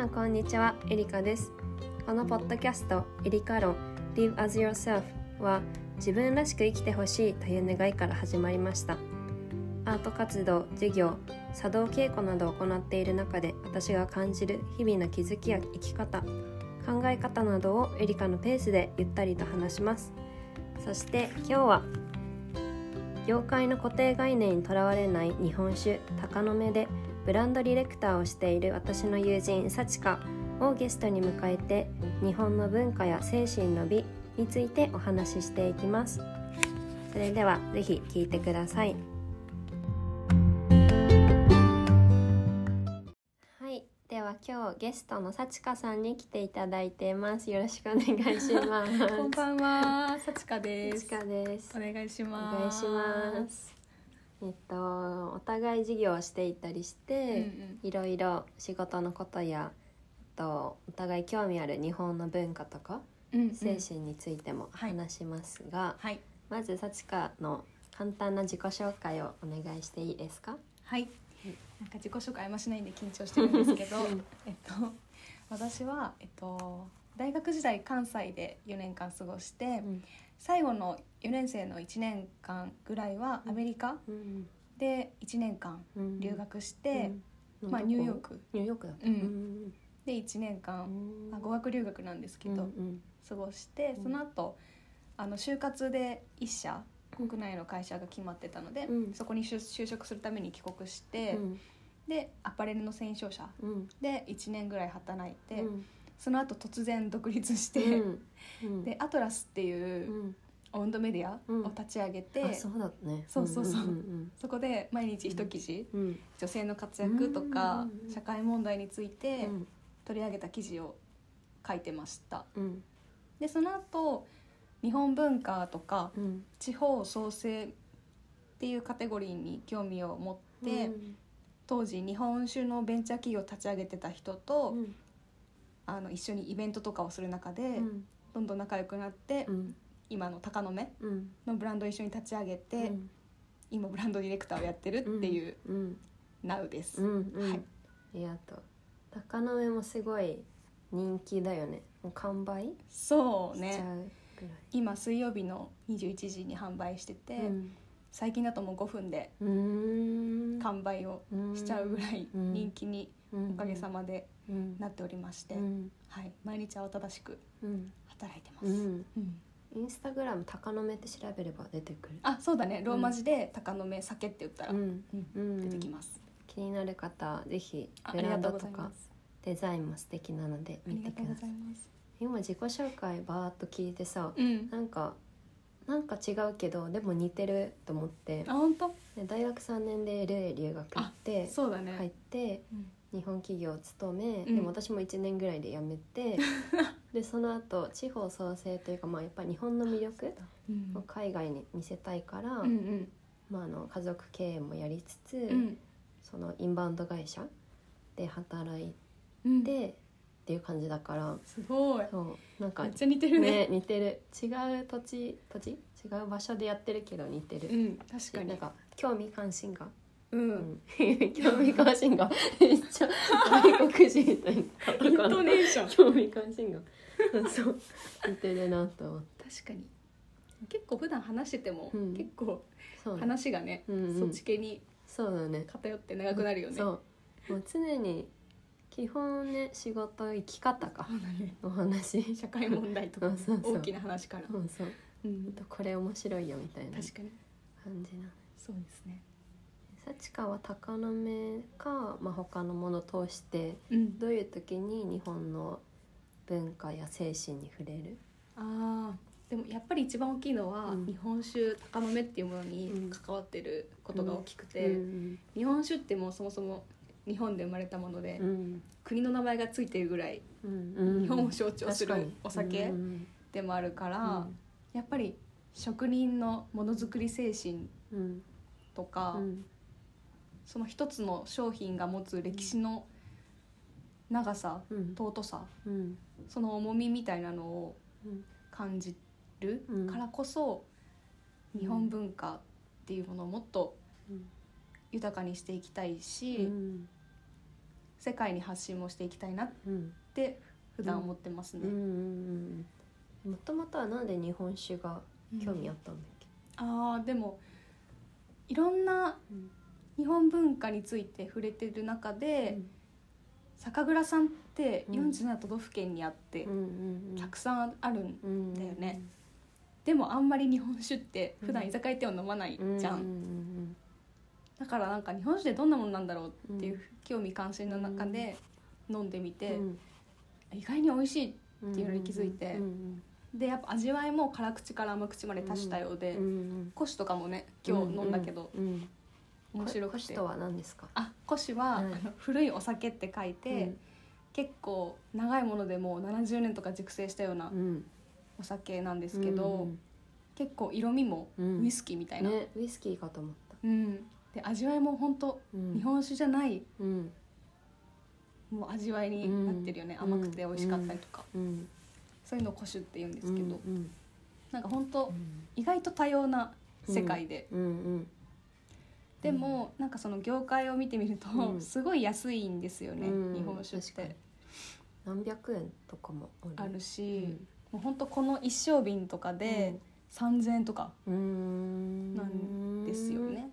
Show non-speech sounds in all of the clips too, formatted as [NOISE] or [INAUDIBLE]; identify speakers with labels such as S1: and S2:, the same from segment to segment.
S1: んこんにちはエリカですこのポッドキャストエリカ論 Live as yourself は自分らしく生きてほしいという願いから始まりましたアート活動授業茶道稽古などを行っている中で私が感じる日々の気づきや生き方考え方などをエリカのペースでゆったりと話しますそして今日は業界の固定概念にとらわれない日本酒鷹の目でブランドディレクターをしている私の友人幸香をゲストに迎えて日本の文化や精神の美についてお話ししていきますそれではぜひ聞いてくださいはいでは今日ゲストの幸香さんに来ていただいてますよろしくお願いします
S2: こんばんは、さちかです。
S1: 幸香です
S2: お願いし
S1: お願い
S2: ます。
S1: します。えっとお互い事業をしていたりし
S2: うんう
S1: て、
S2: ん、
S1: いろいろ仕事のことやあとお互い興味ある日本の文化とか
S2: うんうん
S1: 精神についても
S2: はい
S1: 話しますが、
S2: はい、
S1: まず幸香の簡単な自己紹介をお願いしていいですか？
S2: はい。なんか自己紹介あんましないんで緊張してるんですけど、 [LAUGHS] えっと私はえっと大学時代関西で4年間過ごして、
S1: うん
S2: 最後の4年生の1年間ぐらいはアメリカ
S1: うん
S2: で1年間
S1: うん
S2: 留学して、
S1: うん
S2: まあ
S1: どこ
S2: ニューヨーク
S1: ニューヨークだっけ
S2: うん
S1: うん
S2: で1年
S1: う
S2: 間、
S1: ん
S2: まあ、語学留学なんですけど、
S1: うん
S2: 過ごして、
S1: うん
S2: その後あの就活で1社国内の会社が決まってたので、
S1: うん
S2: そこに就就職するために帰国し
S1: う
S2: て、
S1: ん
S2: でアパレルの専商社
S1: うん
S2: で1年ぐらい働いて、
S1: うん
S2: その後突然独立して、
S1: うんうん
S2: でアトラスって
S1: う
S2: いうんオウンドメディア
S1: うん
S2: を立ち上げて、
S1: あそ
S2: そう
S1: だったね
S2: そうそうそうんこで毎日一記事、
S1: うんうんうん
S2: 女性の活躍とか、
S1: うんうんうん
S2: 社会問題について
S1: うん
S2: 取り上げた記事を書いてました。
S1: うん
S2: でその後日本文化とか、
S1: うん
S2: 地方創生っていうカテゴリーに興味を持って、
S1: うん
S2: 当時日本酒のベンチャー企業を立ち上げてた人と、
S1: うん
S2: あの一緒にイベントとかをする中で、
S1: うん
S2: どんどん仲良くなって、
S1: うん
S2: 今の鷹の目
S1: うん
S2: のブランドを一緒に立ち上げて、
S1: うん
S2: 今ブランドディレクターをやってるっていう NOW です。
S1: うんうんうん
S2: は
S1: あ
S2: い
S1: りがとう鷹の目もすごい人気だよねもう完売
S2: そう
S1: しちゃ
S2: ね
S1: うぐらい
S2: 今水曜日の21時に販売してて、
S1: うん
S2: 最近だともう5分で
S1: うーん
S2: 完売を
S1: うん
S2: しちゃうぐらい
S1: うん
S2: 人気に
S1: うん
S2: おかげさまで
S1: うん
S2: なっておりまして、
S1: うん
S2: はい、毎日慌ただしく
S1: うん
S2: 働いてます、
S1: うん
S2: うん
S1: インスタグラム鷹の目って調べれば出てくる
S2: あそうだねローマ字で「鷹の目酒」って打ったら、
S1: うんうん
S2: 出てきます、
S1: 気になる方ぜひ
S2: あ
S1: ベ
S2: あり
S1: ラ
S2: が
S1: ン
S2: と
S1: ダ
S2: うご
S1: と
S2: ざい
S1: か
S2: ます
S1: デザインも素敵なので
S2: あ
S1: 見
S2: り
S1: て
S2: がと
S1: く
S2: うご
S1: だ
S2: ざ
S1: さ
S2: い
S1: い
S2: ます
S1: 今自己紹介バーっと聞いてさ
S2: うん
S1: なんかなんか違うけどでも似てると思って
S2: あ本当
S1: で大学3年で LA 留学行って
S2: そうだね、
S1: 入って
S2: うん
S1: 日本企業を勤め、
S2: うん
S1: でも私も1年ぐらいで辞め
S2: [LAUGHS]
S1: てでその後地方創生というか、まあ、やっぱ日本の魅力
S2: うん
S1: を海外に見せたいから、
S2: うんうん
S1: まあ、あの家族経営もやりつつ、
S2: うん
S1: そのインバウンド会社で働い
S2: うん
S1: て、っていう感じだから
S2: すごい
S1: そうなんか
S2: めっちゃ似てるね
S1: ね似てる違う土地土地違う場所でやってるけど似てる、
S2: うん確かに
S1: なんか興味関心が、
S2: う
S1: うんん、 [LAUGHS] 興味関心がめっちゃ外国人みたいなカ
S2: イ
S1: タ
S2: ン
S1: カナ
S2: トネーション
S1: 興味関心がそう似てるなと思って
S2: 確かに結構普段話してても、
S1: うん
S2: 結構
S1: そう,、
S2: 話がね、
S1: うんうん
S2: そっち系に
S1: そうだね
S2: 偏って長くなるよね、
S1: そうもう常に基本ね仕事生き方か
S2: そうだね
S1: お話
S2: 社会問題とか、
S1: そうそうそう
S2: 大きな話から、
S1: そうそう
S2: うん
S1: ほんとこれ面白いよみたいな
S2: 確かに
S1: 感じな
S2: そうですね
S1: 幸川は鷹の目か、まあ、他のものを通して
S2: うん
S1: どういう時に日本の文化や精神に触れる
S2: あーでもやっぱり一番大きいのは、
S1: うん
S2: 日本酒鷹の目っていうもの
S1: うん
S2: に関わってることが大きくて、
S1: うん
S2: 日本酒ってもうそもそも日本で生まれたもので、
S1: うん
S2: 国の名前がついてるぐらい
S1: うんうん
S2: 日本を象徴す
S1: 確か
S2: る
S1: に
S2: お酒
S1: うん
S2: でもあるから、
S1: うん
S2: やっぱり職人のものづくり精神
S1: うん
S2: とか、
S1: うん
S2: その一つの商品が持つ歴史の長さ
S1: うん
S2: 尊さ
S1: うん
S2: その重みみたいなのを
S1: うん
S2: 感じる
S1: うん
S2: からこそ、
S1: うん
S2: 日本文化っていうものをもっと
S1: うん
S2: 豊かにしていきたいし、
S1: うん
S2: 世界に発信もしていきたいなっ
S1: うん
S2: て普段思ってますね。
S1: うんうんうんもともとはなんで日本酒が興味あったんだっけ、
S2: あーでもいろんな
S1: うん
S2: 日本文化について触れてる中で、酒蔵さんって
S1: うん
S2: 47都道府県にあって、
S1: うんうんうん
S2: たくさんあるん
S1: うん
S2: だよねでもあんまり日本酒って普段居酒屋行っては飲まないじゃん、
S1: うんうん
S2: だからなんか日本酒ってどんなものなんだろうっていう
S1: うん
S2: 興味関心の中で飲んでみ
S1: うん
S2: て、
S1: うん
S2: 意外に美味しい
S1: うん
S2: っていうのに気づいて
S1: うん
S2: でやっぱ味わいも辛口から甘口まで足したよう
S1: う
S2: で、
S1: んうん
S2: コシとかもね今日飲んだけど、
S1: うんうん
S2: 面白
S1: こ
S2: く
S1: してとは何ですか
S2: あコシは、
S1: うん
S2: あの古いお酒って書いて、結構長いものでもう70年とか熟成したような
S1: うん
S2: お酒なんですけど、結構色味も
S1: うん
S2: ウイスキーみたいな、うん
S1: ねウイスキーかと思った
S2: で味わいも本当日
S1: 日
S2: 本酒じゃない
S1: うん
S2: もう味わいになってるよね、
S1: うん
S2: 甘くて美味しかったりとか、
S1: うん
S2: そういうのを古酒って言うんですけど、
S1: うん
S2: なんか本当
S1: うん
S2: 意外と多様な世界で、
S1: うん
S2: でもなんかその業界を見てみると、
S1: うん
S2: すごい安いんですよ
S1: うん
S2: ね、
S1: うん
S2: 日本酒って
S1: 確かに何百円とかもあ
S2: あ
S1: る
S2: るし、もう本当この一升瓶とかで3,000円とか
S1: うん
S2: なんですよね、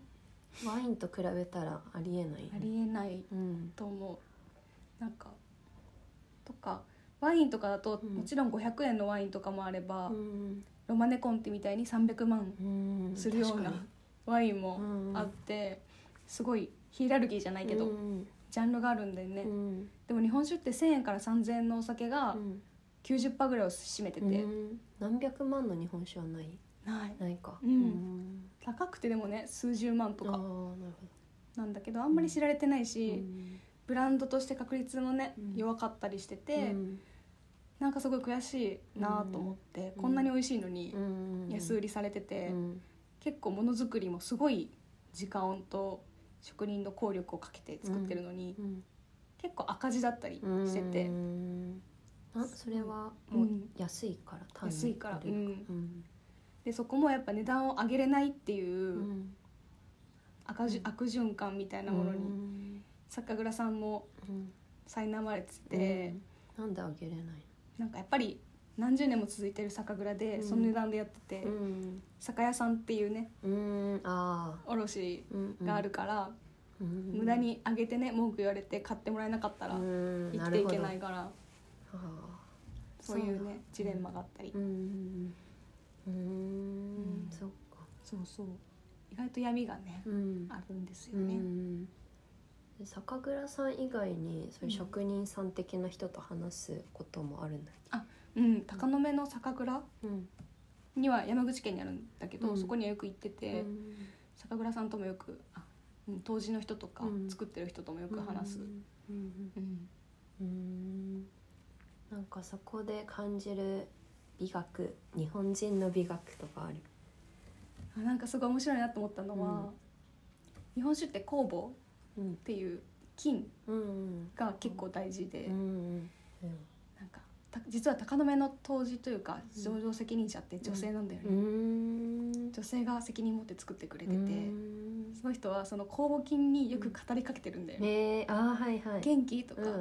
S1: ワインと比べたらありえない
S2: ありえない
S1: うん
S2: と思うなんかとかワインとかだと、
S1: うん
S2: もちろん500円のワインとかもあれば、
S1: うん
S2: ロマネコンテみたいに300万
S1: うん
S2: するような
S1: 確か
S2: ワイン
S1: に
S2: も
S1: うん
S2: あって、すごいヒエラルギーじゃないけど、
S1: うん
S2: ジャンルがあるんだよね、
S1: うん
S2: でも日本酒って1,000円から3,000円のお酒が
S1: うん
S2: 90%ぐらいを占めてて、
S1: うん何百万の日本酒はない
S2: ない
S1: ないか
S2: うん
S1: ん
S2: 高くてでもね数十万と
S1: ああなる
S2: か
S1: ほど
S2: なんだけどあんまり知られてないし、
S1: うん
S2: ブランドとして確率もね、
S1: うん
S2: 弱かったりしてて、
S1: うん
S2: なんかすごい悔しいなと思って、
S1: うん
S2: こんなに美味しいのに
S1: うん
S2: 安売りされてて、
S1: うん
S2: 結構ものづくりもすごい時間と職人の効力をかけて作ってるのに、
S1: うん
S2: 結構赤字だったりしてて、
S1: うんあそれはもう安いから単に
S2: 安いから、
S1: というか
S2: でそこもやっぱ値段を上げれないっていううん赤じ、
S1: うん
S2: 悪循環みたいなものに、
S1: うん
S2: 酒蔵さんも
S1: うん
S2: 苛まれてて、
S1: うんなんであげれない
S2: なんかやっぱり何十年も続いてる酒蔵で、
S1: うん
S2: その値段でやってて、
S1: のうん
S2: 酒屋さんっていうね
S1: うんあ
S2: 卸
S1: あうんうん
S2: があるから、
S1: うん
S2: 無駄にあげてね文句言われて買ってもらえなかったら
S1: 生
S2: 生きていけないから、
S1: あ
S2: そういうね
S1: そ
S2: ジ
S1: うだ
S2: レンマがあったり、
S1: ーうんうんうん
S2: うん
S1: そっか
S2: そうそう意外と闇がね、
S1: うん
S2: あるんです
S1: う
S2: よね。
S1: んで酒蔵さん以外にそういう職人さん的な人と話すこともあるんだ
S2: うん、鷹の目の酒蔵
S1: うん
S2: には山口県にあるんだけど、
S1: うん
S2: そこにはよく行ってて、
S1: うん
S2: 酒蔵さんともよくあ、うん、当時の人とか、
S1: うん
S2: 作ってる人ともよく話す。
S1: うんうん
S2: うん
S1: うんなんかそこで感じる美学日本人の美学とかある
S2: あなんかすごい面白いなと思ったのは、
S1: うん
S2: 日本酒って酵母っ
S1: うん
S2: ていう菌
S1: うん
S2: が結構大事で、
S1: うんうん
S2: なんかた実は鷹の目の杜氏というか上場責任者って女性なんだよね、
S1: うん
S2: 女性が責任持って作ってくれてて、
S1: うん
S2: その人はその酵母菌によく語りかけてるんだよね、
S1: えー、あーはいはい
S2: 元気とか、
S1: うんう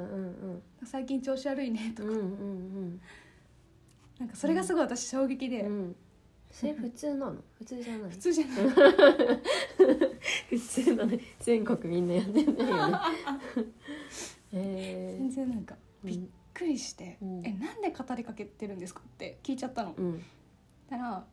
S1: ん
S2: 最近調子悪いね
S1: う
S2: と
S1: ん
S2: か、
S1: うんうん
S2: なんかそれがすごい私衝撃で、
S1: うんうんそれ普通なの普通じゃない
S2: 普通じゃない、
S1: 普通だね全国みんなやってないよねえ
S2: 全然なんか
S1: ー、
S2: びっくりして、
S1: うん
S2: えなんで語りかけてるんですかって聞いちゃったの、
S1: うん
S2: たら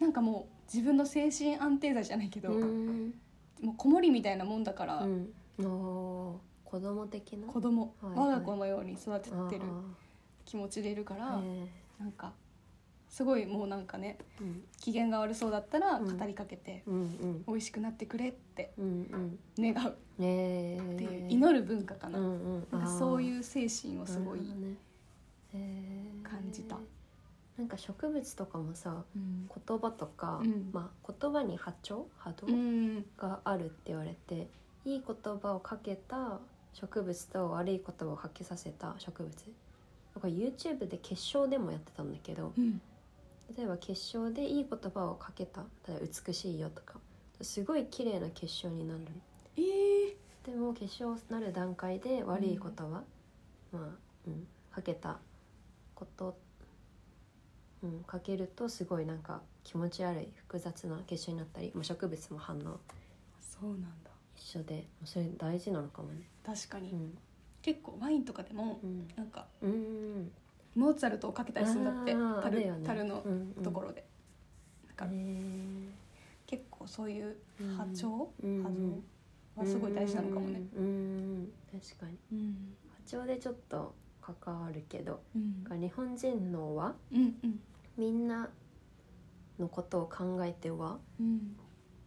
S2: なんかもう自分の精神安定剤じゃないけど、
S1: うん
S2: もう子守みたいなもんだから、
S1: うんおー子供的な
S2: 子供、
S1: はい
S2: 我が子のように育ててる気持ちでいるか
S1: あ
S2: ら、
S1: ーえ
S2: なんかすごいもうなんかね
S1: ーうん
S2: 機嫌が悪そうだったら
S1: うん
S2: 語りかけて、
S1: うん
S2: 美味しくなってくれって
S1: うんうん
S2: 願
S1: う
S2: う
S1: んえー
S2: っていう祈る文化か
S1: う
S2: な,、
S1: んうん
S2: なんかそう
S1: う
S2: いう精神をすごい、
S1: ねえー
S2: 感じた
S1: なんか植物とかもさ
S2: うん
S1: 言葉とか、
S2: うん
S1: まあ、言葉に波長波動
S2: うん
S1: があるって言われて、いい言葉をかけた植物と悪い言葉をかけさせた植物なんか YouTube で結晶でもやってたんだけど
S2: うん
S1: 例えば結晶でいい言葉をかけた例えば美しいよとかすごい綺麗な結晶になる
S2: えー
S1: でも決勝なる段階で悪いことは、まあ、うん、かけたこと、うん、かけるとすごいなんか気持ち悪い複雑な結晶になったり、まあ、植物も反応
S2: そうなんだ
S1: 一緒でそれ大事なのかもね。
S2: 確かに、
S1: うん
S2: 結構ワインとかでも
S1: うん
S2: なんか
S1: うん
S2: モーツァルトをかけたりするんだって
S1: あーあ
S2: 樽,、
S1: るよね
S2: 樽の
S1: うんうん
S2: ところで、なんか
S1: ね
S2: 結構そういう
S1: うん
S2: 波長、
S1: うん
S2: 波長はすごい大事なのかもね。
S1: うんうん確かに
S2: うん
S1: 波長でちょっと関わるけど
S2: うん
S1: 日本人のは
S2: うんうん
S1: みんなのことを考えては
S2: うん
S1: っ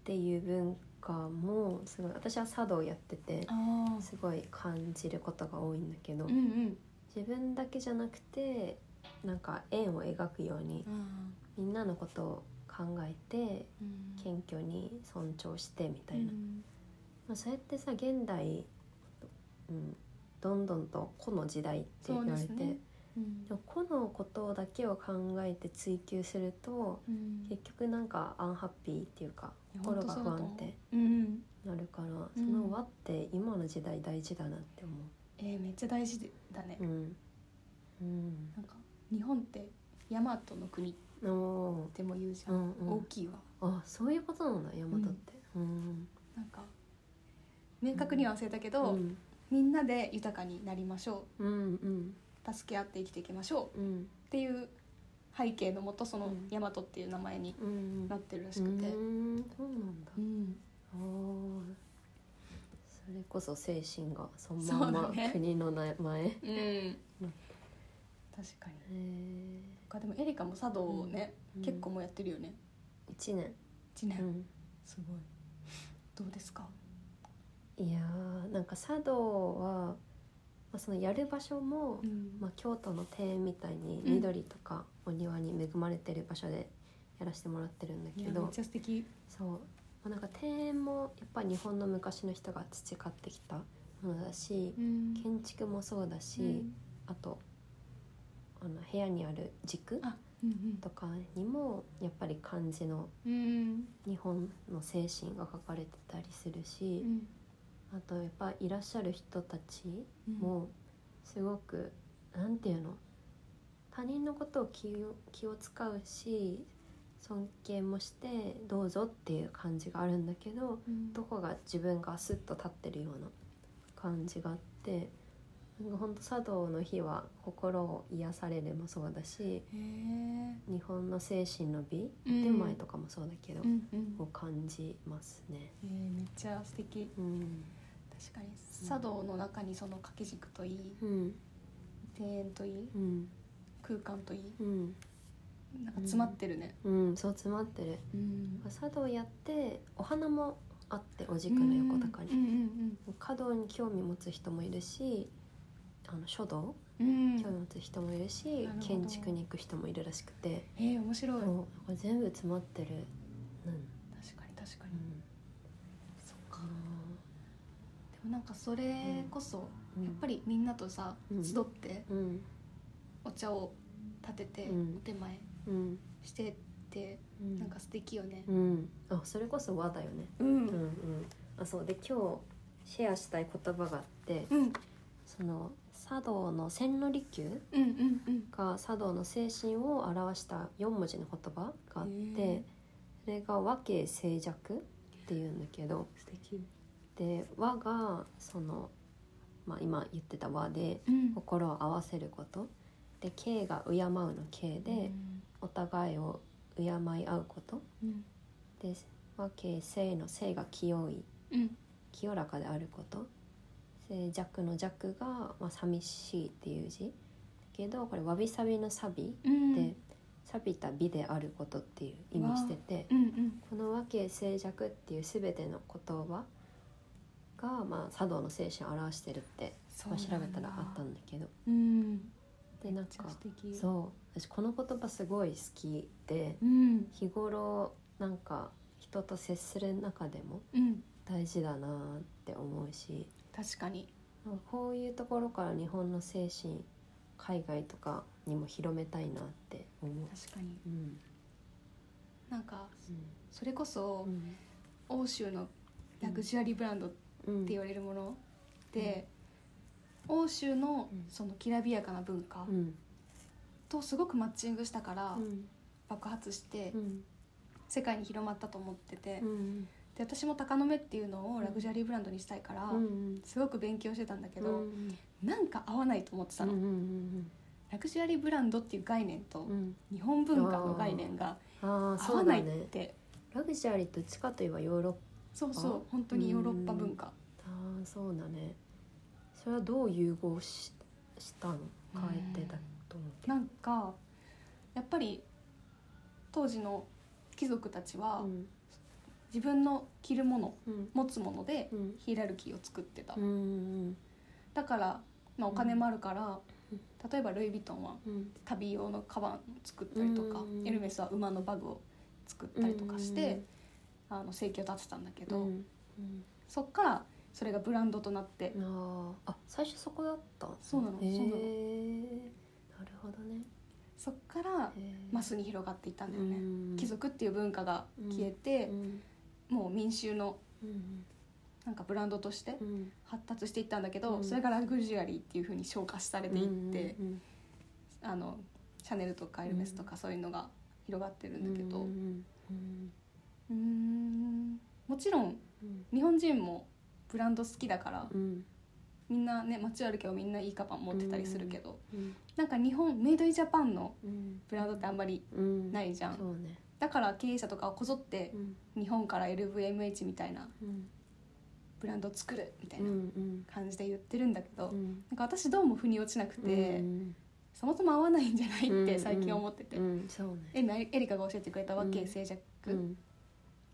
S1: ていう文化もすごい私は茶道やってて
S2: ああ
S1: すごい感じることが多いんだけど、
S2: うんうん
S1: 自分だけじゃなくてなんか円を描くように
S2: あ
S1: みんなのことを考えて
S2: ーう
S1: 謙
S2: ん
S1: 虚に尊重してみたいな、
S2: うん
S1: まあ、それってさ現代、うん、どんどんと個の時代って言われて
S2: そう
S1: で、
S2: ですねうん
S1: も個のことだけを考えて追求すると
S2: うん
S1: 結局なんかアンハッピーっていうか
S2: いや
S1: 心が
S2: 本
S1: 不
S2: 当そうだ
S1: 安
S2: と思う
S1: 定
S2: うんうん
S1: なるから、
S2: う
S1: そ
S2: ん
S1: の和って今の時代大事だなって思
S2: えーめっちゃ大事だね、
S1: う。うんうん
S2: なんか日本ってヤマトの国
S1: お
S2: でも言うじ
S1: ー
S2: ゃ、
S1: うんんう
S2: 大
S1: ん、
S2: きいわ
S1: あそういうことなんだ大和って、うん
S2: なんか明確には忘れたけ
S1: う
S2: ど、
S1: ん、
S2: みんなで豊かになりましょ
S1: うんうん
S2: う助け合って生きていきましょう
S1: うん
S2: っていう背景のもとその
S1: うん
S2: ヤマトっていう名前に
S1: うんうん
S2: なってるらしくて、
S1: うんそうなんだ
S2: うん
S1: あーそれこそ精神がその
S2: そ
S1: ま
S2: うんだ
S1: ま
S2: ね
S1: 国の名前、へ
S2: うん
S1: うん
S2: 確かに
S1: え
S2: 他でもエリカも茶道をね、
S1: うん
S2: 結構もうやってるよね
S1: 一年、
S2: 1年、
S1: うん
S2: すごいどうですか
S1: いやーなんか茶道は、まあ、そのやる場所も、
S2: ん
S1: まあ、京都の庭園みたいに
S2: うん
S1: 緑とかお庭に恵まれてる場所でやらせてもらってるんだ
S2: い
S1: け
S2: やめっ
S1: ど
S2: ちゃ素敵
S1: そう、まあ、なんか庭園もやっぱ日本の昔の人が培ってきたものだし
S2: うん
S1: 建築もそうだし、
S2: うん
S1: あとあの部屋にある軸
S2: あうんうん
S1: とかにもやっぱり漢字の
S2: うん
S1: 日本の精神が書かれてたりする
S2: う
S1: し、
S2: ん
S1: あとやっぱいらっしゃる人たち
S2: うん
S1: もすごく、なんていうの他人のことを気を気を使うし尊敬もしてどうぞっていう感じがあるんだけど
S2: うん
S1: どこが自分がスッと立ってるような感じがあってなんかほんと茶道の日は心を癒されるもそうだし
S2: へえ
S1: 日本の精神の美
S2: うん
S1: 建前とかもそうだけど、
S2: うんうん
S1: を感じますね。
S2: えーめっちゃ素敵
S1: うん、
S2: 確かに茶道の中にその掛け軸といい
S1: うん、
S2: 庭園といい
S1: うん、
S2: 空間といい
S1: うん、
S2: なんか詰まってるね
S1: うん、そう詰まってる。
S2: うん
S1: 茶道やってお花もあってお軸の横高
S2: うん
S1: に、華道に興味持つ人もいるし、あの書道
S2: うんうんうん
S1: 興味持つ人もいるし
S2: なる、ほど
S1: 建築に行く人もいるらしくて、
S2: えー面白い確
S1: もうなんか全部詰まってる。うん、
S2: かに確かに
S1: うん、
S2: そっかでもなんかそれこそやっぱ
S1: り、
S2: りみんなとさ
S1: うん
S2: 集って
S1: うん、
S2: お茶を立てて
S1: うん
S2: お手前
S1: うん、
S2: してって
S1: うん、
S2: なんか素敵よね
S1: うん、あ、それこそ和だよね。
S2: う
S1: うんうんん、あそうで今日シェアしたい言葉があって
S2: うん
S1: その茶道の千利休
S2: うんうんうん
S1: が茶道の精神を表した4文字の言葉があっ
S2: へ
S1: て
S2: え
S1: それが「和敬静寂」っていうんだけど
S2: 素敵
S1: で和がその、まあ、今言ってた和で
S2: うん
S1: 心を合わせることで敬が敬うの敬でお互いを敬い合うこと
S2: うん
S1: で和敬静の静が清い
S2: うん
S1: 清らかであること静寂の弱が、まあ、寂しいっていう字けどこれわびさびのサビ
S2: うん
S1: で、錆びた美であることっていう意味してて
S2: うんうん
S1: この「和敬静寂」っていう全ての言葉が、まあ、茶道の精神を表してるって、
S2: そう
S1: まあ、
S2: なんだ
S1: 調べたらあったんだけど
S2: うん
S1: でなん
S2: めっちゃ
S1: か
S2: 素敵
S1: そう私この言葉すごい好きで
S2: うん
S1: 日頃なんか人と接する中でも
S2: うん
S1: 大事だなって思うし。
S2: 確かに
S1: なんかこういうところから日本の精神海外とかにも広めたいなって思う。
S2: 確かに
S1: うん
S2: なんか
S1: うん
S2: それこそ
S1: うん
S2: 欧州のラグジュアリーブランド
S1: うん
S2: って言われるもので、欧州の
S1: うん
S2: そのきらびやかな文化
S1: うん
S2: とすごくマッチングしたから
S1: うん
S2: 爆発して
S1: うん
S2: 世界に広まったと思ってて
S1: うん
S2: で私も鷹の目っていうのをラグジュアリーブランドにしたいから
S1: うん
S2: すごく勉強してたんだけ
S1: う
S2: ど
S1: ん
S2: なんか合わないと思ってた
S1: うんう
S2: の。
S1: ん
S2: ラグジュアリーブランドっていう概念と
S1: うんうん
S2: 日本文化の概念が
S1: ああ
S2: 合
S1: そ
S2: わ
S1: うだ
S2: ないっ
S1: ね
S2: て
S1: ラグジュアリーどっちかといえばヨーロッ
S2: そうそう本当にヨーロッパ文化
S1: パああそうだねそれはどう融合ししたの変えてたと思って
S2: なんかやっぱり当時の貴族たちは
S1: うん
S2: 自分の着るもの
S1: うん
S2: 持つもので
S1: うん
S2: ヒエラルキーを作ってた、
S1: うんうん
S2: だから、まあ、お金もあるから、
S1: うん
S2: 例えばルイ・ヴィトンは
S1: うん
S2: 旅用のカバンを作ったりとか、
S1: うん
S2: エルメスは馬のバッグを作ったりとかして、あの生計を立てたんだけ
S1: う
S2: ど、
S1: んうん
S2: そっからそれがブランドとなって、
S1: あーあ最初そこだった
S2: そうなの
S1: へえ
S2: そうなの
S1: なるほどね
S2: そっから
S1: へー
S2: マスに広がっていったんだよね、
S1: うん
S2: 貴族っていう文化が消えて
S1: う、ん
S2: もう民衆の
S1: うん
S2: なんかブランドとして
S1: うん
S2: 発達していったんだけど、
S1: うん
S2: それがラグジュアリーっていう風に昇華されていって、
S1: うん
S2: あのシャネルとかエルメスとかそういうのが広がってるんだけ
S1: う
S2: ど、うん
S1: うん
S2: ーんもちろん
S1: うん
S2: 日本人もブランド好きだから、
S1: うん
S2: みんなね街歩けばみんないいカバン持ってたりするけど、
S1: うん
S2: なんか日本メイドインジャパンの
S1: うん
S2: ブランドってあんまり
S1: うん
S2: ないじゃん、
S1: そうね
S2: だから経営者とかはこぞって
S1: うん
S2: 日本から LVMH みたいな
S1: うん
S2: ブランドを作るみたい
S1: うん
S2: な
S1: うん
S2: 感じで言ってるんだけど、
S1: うん
S2: なんか私どうも腑に落ちなくて、
S1: うん
S2: そもそも合わないんじゃない
S1: うん
S2: って最近思ってて、
S1: うんそうね
S2: エリナエリカが教えてくれた和
S1: うん
S2: 敬静寂
S1: うん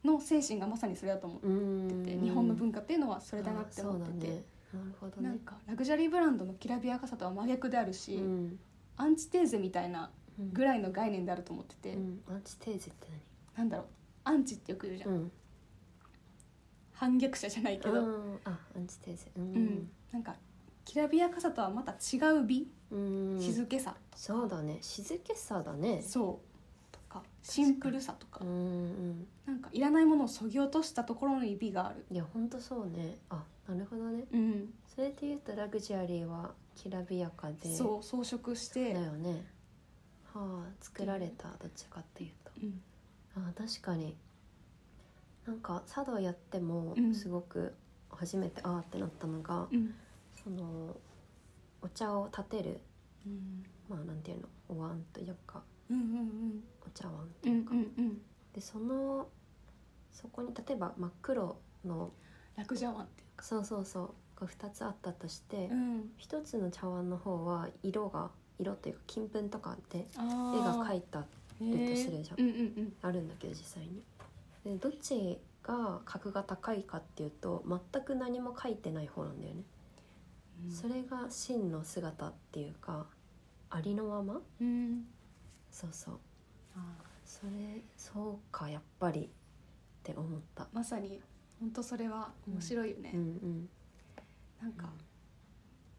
S2: の精神がまさにそれだと思っ
S1: うん
S2: てて、日本の文化っていうのはそれだなって思ってて、
S1: あそうだねなるほど
S2: なん
S1: ね
S2: かラグジュアリーブランドのきらびやかさとは真逆であるし、
S1: うん
S2: アンチテーゼみたいな
S1: うん
S2: ぐらいの概念であると思ってて、
S1: うんアンチテーゼって
S2: なんだろうアンチってよく言うじゃん、
S1: 何うん
S2: 反逆者じゃないけど、うん
S1: うんあアンチテーゼうん
S2: なんかきらびやかさとはまた違う美、
S1: うん
S2: 静けさ、
S1: そうだね静けさだね
S2: そうとかシンプルさとか、
S1: うんうん
S2: なんかいらないものをそぎ落としたところに美がある。
S1: いやほんとそうねあなるほどね
S2: うん、
S1: それで言うとラグジュアリーはきらびやかで
S2: そう装飾して
S1: だ、よねはあ作られたどっちかっていうと
S2: うん
S1: あ確かになんか茶道やっても
S2: うん
S1: すごく初めてああってなったのが、
S2: うん
S1: そのお茶を立てるまあなんていうのお椀というか
S2: うんうん
S1: お茶碗
S2: うんうんうんうん
S1: でそのそこに例えば真っ黒の
S2: ラクジャワンってい
S1: そうそうそうが2つあったとして、
S2: う、うん、
S1: 一つの茶碗の方は色が色というか金粉とかで
S2: あ
S1: 絵
S2: ー
S1: が描いたるとするじゃん
S2: へーうんうん
S1: あるんだけど実際にでどっちが格が高いかっていうと全く何も描いてない方なんだよね、
S2: うん
S1: それが真の姿っていうかありのまま
S2: うん
S1: そうそう
S2: あ
S1: それそうかやっぱりって思った
S2: ーまさに本当それは面白いよね、
S1: うんうん
S2: なんか、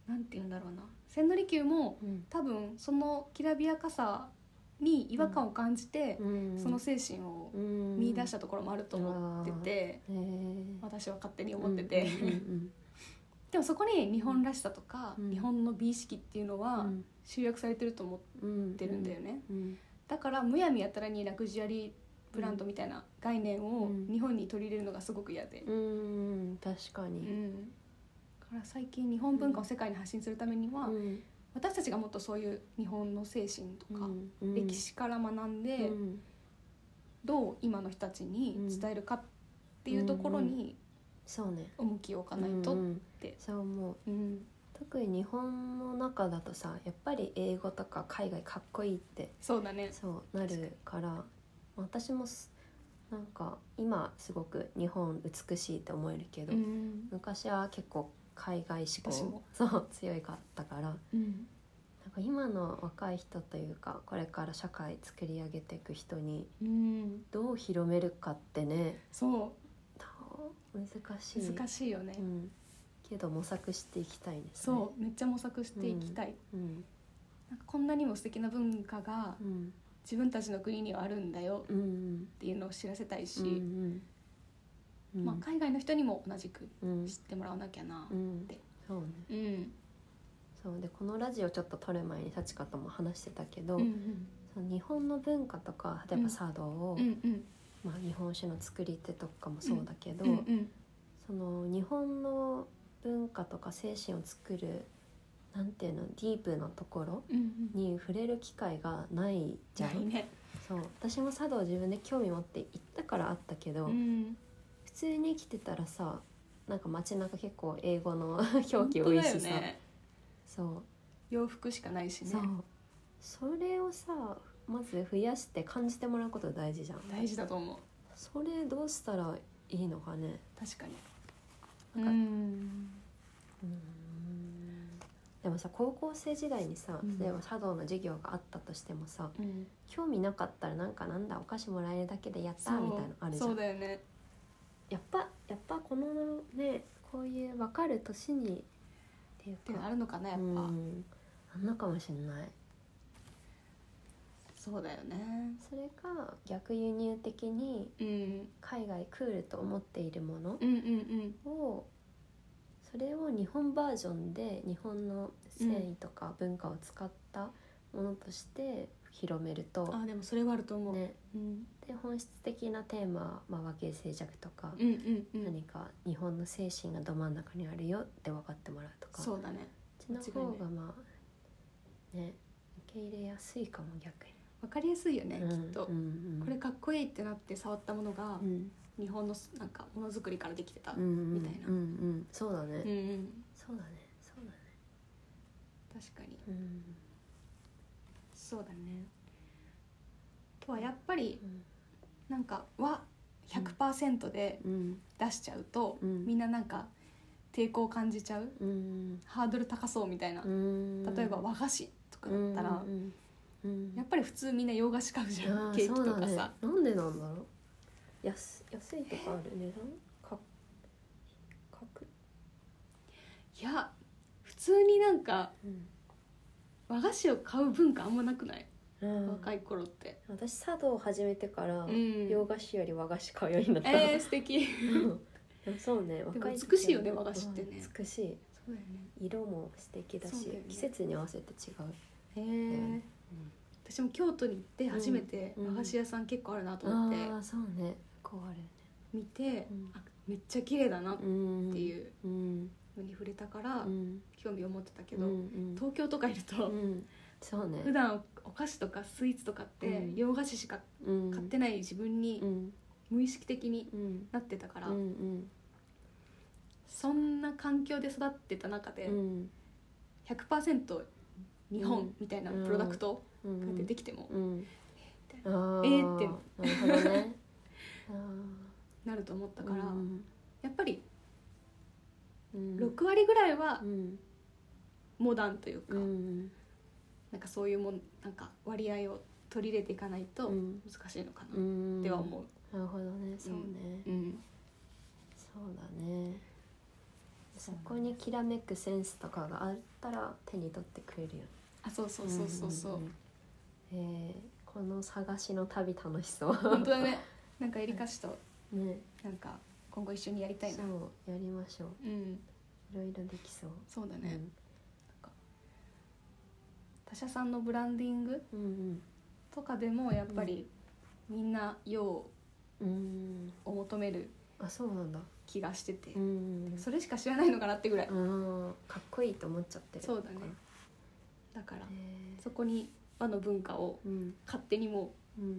S2: なんて言うんだろうな千利休も
S1: うん
S2: 多分そのきらびやかさに違和感を感じて、
S1: うん
S2: その精神を見
S1: 見
S2: 出した
S1: と
S2: ところもあると思ってて、
S1: へえ
S2: 私は勝手に思ってて、
S1: うんう
S2: [LAUGHS]
S1: ん
S2: でもそこに日本らしさとか、
S1: うん
S2: 日本の美意識っていうの
S1: う
S2: は
S1: ん
S2: 集約されてると思っ
S1: うん
S2: てるんだよね、
S1: うん
S2: だからむやみやたらにラグジュアリーブランドみたいな概念を
S1: うん
S2: 日本に取り入れるのがすごく嫌で、
S1: うん確か
S2: うん
S1: に、
S2: だから最近日本文化を世界に発信するためには、
S1: うん
S2: 私たちがもっとそういう日本の精神とか、
S1: うん
S2: 歴史から学んで、
S1: うん
S2: どう今の人たちに伝えるかっていうところに
S1: そうね
S2: 重きを置かないと、
S1: う
S2: うんん
S1: うん
S2: て
S1: そう思う特に日本の中だとさやっぱり英語とか海外かっこいいって
S2: そうだね
S1: そうなるから私もすなんか今すごく日本美しいって思えるけど、
S2: うん
S1: 昔は結構海外志
S2: 私
S1: 向
S2: も
S1: そう強いかったからなん
S2: うん
S1: か今の若い人というかこれから社会作り上げていく人に
S2: うん
S1: どう広めるかってね
S2: そ
S1: どう難しい。
S2: う難しいよね、
S1: うん、けど模索していきたいですね。
S2: そうめっちゃ模索していきたい、
S1: うん。
S2: なんかこんなにも素敵な文化が
S1: うん。
S2: 自分たちの国にはあるんだよ
S1: うん。
S2: っていうのを知らせたいし、
S1: うん。うん
S2: まあ、海外の人にも同じく
S1: うん
S2: 知ってもらわなきゃな
S1: うん
S2: て
S1: そうね
S2: うん、うん
S1: そうでこのラジオちょっと撮る前に幸子とも話してたけど、
S2: うん
S1: その日本の文化とか例えば茶道を、
S2: うんうん
S1: まあ、日本酒の作り手とかもそうだけど、
S2: うんうん
S1: その日本の文化とか精神を作るなんていうのディープなところ
S2: うんうん
S1: に触れる機会がないじゃ
S2: ない
S1: ん、
S2: ね
S1: そう私も茶道自分で興味持って行ったからあったけど、
S2: うん
S1: 普通に生きてたらさなんか街中結構英語の [LAUGHS] 表記多いし
S2: 本当
S1: さ、
S2: だよね
S1: そう
S2: 洋服しかないしね
S1: そうそれをさまず増やして感じてもらうこと大事じゃん
S2: 大事だと思う
S1: それどうしたらいいのかね
S2: 確かに
S1: なんか
S2: ん
S1: うんでもさ高校生時代にさ
S2: うん
S1: 例えば茶道の授業があったとしてもさ、
S2: うん
S1: 興味なかったらなんかなんだお菓子もらえるだけでやったみたいなのあるじゃ
S2: そうんだよね
S1: やっぱやっぱこのねこういう分かる年にってい
S2: って
S1: う
S2: のあ
S1: か
S2: るのかなやっぱ、
S1: うんあんのかもしんない
S2: そうだよね
S1: それが逆輸入的に
S2: うん
S1: 海外クールと思っているもの
S2: うんうん
S1: をそれを日本バージョンで日本の繊維とか文化を使ったものとして広める
S2: うん
S1: と、
S2: あでもそれはあると思う、
S1: ね、
S2: うん、
S1: で本質的なテーマ、まあ、和芸静寂とか、
S2: うんうんうん
S1: 何か日本の精神がど真ん中にあるよって分かってもらうとか
S2: そうだね
S1: っちの方がまあね受け入れやすいかも逆に。
S2: わかりやすいよね、
S1: うん
S2: きっと、
S1: うんうん
S2: これかっこいいってなって触ったものが、
S1: うん
S2: 日本のなんかものづくりからできてた、
S1: うんうん
S2: みたいな
S1: うんうんそうだね、
S2: うんうん
S1: そうだねそうだね
S2: 確かに
S1: うん
S2: そうだねあとはやっぱり
S1: うん
S2: なんかは100%で
S1: うん
S2: 出しちゃうと、
S1: うん
S2: みんななんか抵抗を感じちゃう
S1: うん
S2: ハードル高そうみたいな、
S1: うん
S2: 例えば和菓子とかだったら、
S1: うんうんうん
S2: やっぱり普通みんな洋菓子買うじ
S1: あ
S2: ゃん
S1: ー
S2: ケーキとか
S1: そう
S2: さ
S1: だね、なんでなんだろう安安いとかある値段かかく、
S2: いや普通になんか
S1: うん
S2: 和菓子を買う文化あんまなくない、
S1: うん、
S2: 若い頃って、
S1: 私茶道を始めてから、
S2: うん
S1: 洋菓子より和菓子買うようになった、
S2: えー、素敵
S1: うんでもそうね
S2: も
S1: 若い時
S2: 美しいよね和菓子ってね
S1: うん美しい
S2: そうだよね
S1: 色も素敵だ
S2: そう
S1: し
S2: だよね
S1: 季節に合わせて違う、
S2: へえ私も京都に行って初めて
S1: うん
S2: 和菓子屋さん結構あるなと思って、
S1: ああそうねこうあるよね
S2: 見て、
S1: うん
S2: あめっちゃ綺麗だなっ
S1: うん
S2: ていう
S1: うん
S2: のに触れたから、
S1: うん
S2: 興味を持ってたけど、
S1: うんうん
S2: 東京とかいると、
S1: うんそうね
S2: 普段お菓子とかスイーツとかっ
S1: う
S2: て
S1: ん
S2: 洋菓子しか
S1: うん
S2: 買ってない自分に
S1: うん
S2: 無意識的に
S1: うん
S2: なってたから、
S1: うんうん
S2: そんな環境で育ってた中で
S1: うん
S2: 100%日
S1: う
S2: 本
S1: ん
S2: みたいなプロダクト
S1: うん
S2: が出てきても
S1: うん
S2: み
S1: あー
S2: えーって
S1: なるほど [LAUGHS] ねあ
S2: なると思った
S1: ー
S2: から、
S1: うん
S2: やっぱり
S1: うん
S2: 6割ぐらいは
S1: うん
S2: モダンというか、
S1: うん
S2: なんかそういうもんなんか割合を取り入れていかないと
S1: うん
S2: 難しいのか
S1: う
S2: なっ
S1: ん
S2: ては思う。
S1: なるほどねそうね
S2: うん
S1: そうだねそこにきらめくセンスとかがあったら手に取ってくれるよね
S2: あそうそうそうそうそう、
S1: んんんえーこの探しの旅楽しそう
S2: 本当だねなんかエリカ氏と
S1: ね
S2: なんか今後一緒にやりたいな
S1: そうやりましょう
S2: うん
S1: いろいろできそう
S2: そうだね、他社さんのブランディング
S1: うんうん
S2: とかでもやっぱりみんな用を
S1: うんうん
S2: 求める
S1: あそうなんだ
S2: 気がしてて、
S1: うん
S2: それしか知らないのかなってぐらい、
S1: うんかっこいいと思っちゃってる
S2: そうだねだから
S1: へー
S2: そこに和の文化を
S1: うん
S2: 勝手にも
S1: うん
S2: う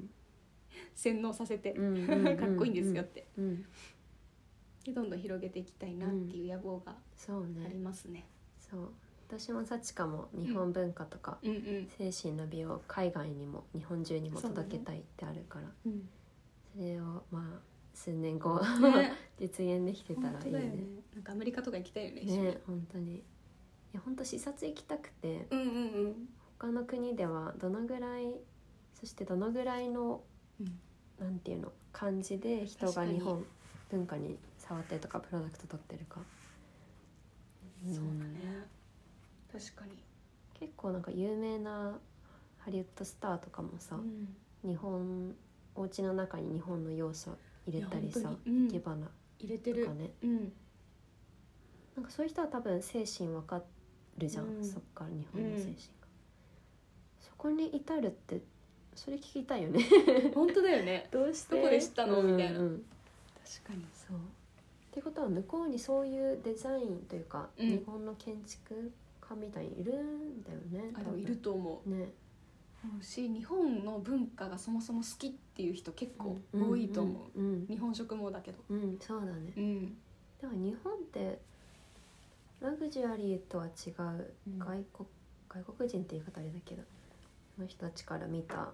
S2: 洗脳させて、
S1: うんうんうん
S2: [LAUGHS] かっこいいんですよって、
S1: うん
S2: でどんどん広げていきたいなっていう野望が
S1: そう
S2: あ
S1: ね
S2: りますね。
S1: そう私も幸かも日本文化とか
S2: うんう
S1: 精
S2: ん
S1: 神の美を海外にも日本中にも
S2: そうだね
S1: 届けたいってあるから
S2: うん
S1: それをまあ数年後
S2: ね、
S1: [LAUGHS] 実現できてた
S2: 本
S1: らい
S2: 当
S1: い
S2: だよ
S1: ね
S2: ね。なんかアメリカとか行きたいよね。一緒に
S1: ね本当にいや本当視察行きたくて
S2: うんうんうん。
S1: 他の国ではどのぐらいそしてどのぐらいの
S2: うん
S1: なんていうの感じで人が
S2: 確かに
S1: 日本文化に触ってるとかプロダクト取ってるかうん
S2: そうだね。確かに。
S1: 結構なんか有名なハリウッドスターとかもさ、
S2: うん
S1: 日本お家の中に日本の要素入れたり
S2: いや
S1: さ
S2: 本当にうん
S1: 生け花
S2: 入れて
S1: と
S2: る
S1: か。ね
S2: うん、
S1: なんかそういう人は多分精神わかるじゃん、
S2: うん
S1: そっから日本の精神が、そこに至るってそれ聞きたいよね
S2: 本当だよね。
S1: [LAUGHS] どうして
S2: どこで知ったのみたいな
S1: うんうん
S2: 確かに。
S1: そうってことは向こうにそういうデザインというか、
S2: うん
S1: 日本の建築家みたいにいるんだよね多
S2: あ、でも
S1: 分
S2: いると思
S1: ね
S2: う。思うし、日本の文化がそもそも好きっていう人結構多いと思う。
S1: うんうん
S2: 日本食もだけど。
S1: うん、うんそうだね
S2: うん。
S1: でも日本ってラグジュアリーとは違う外国,、外国人って言い方あれだけどその人たちから見た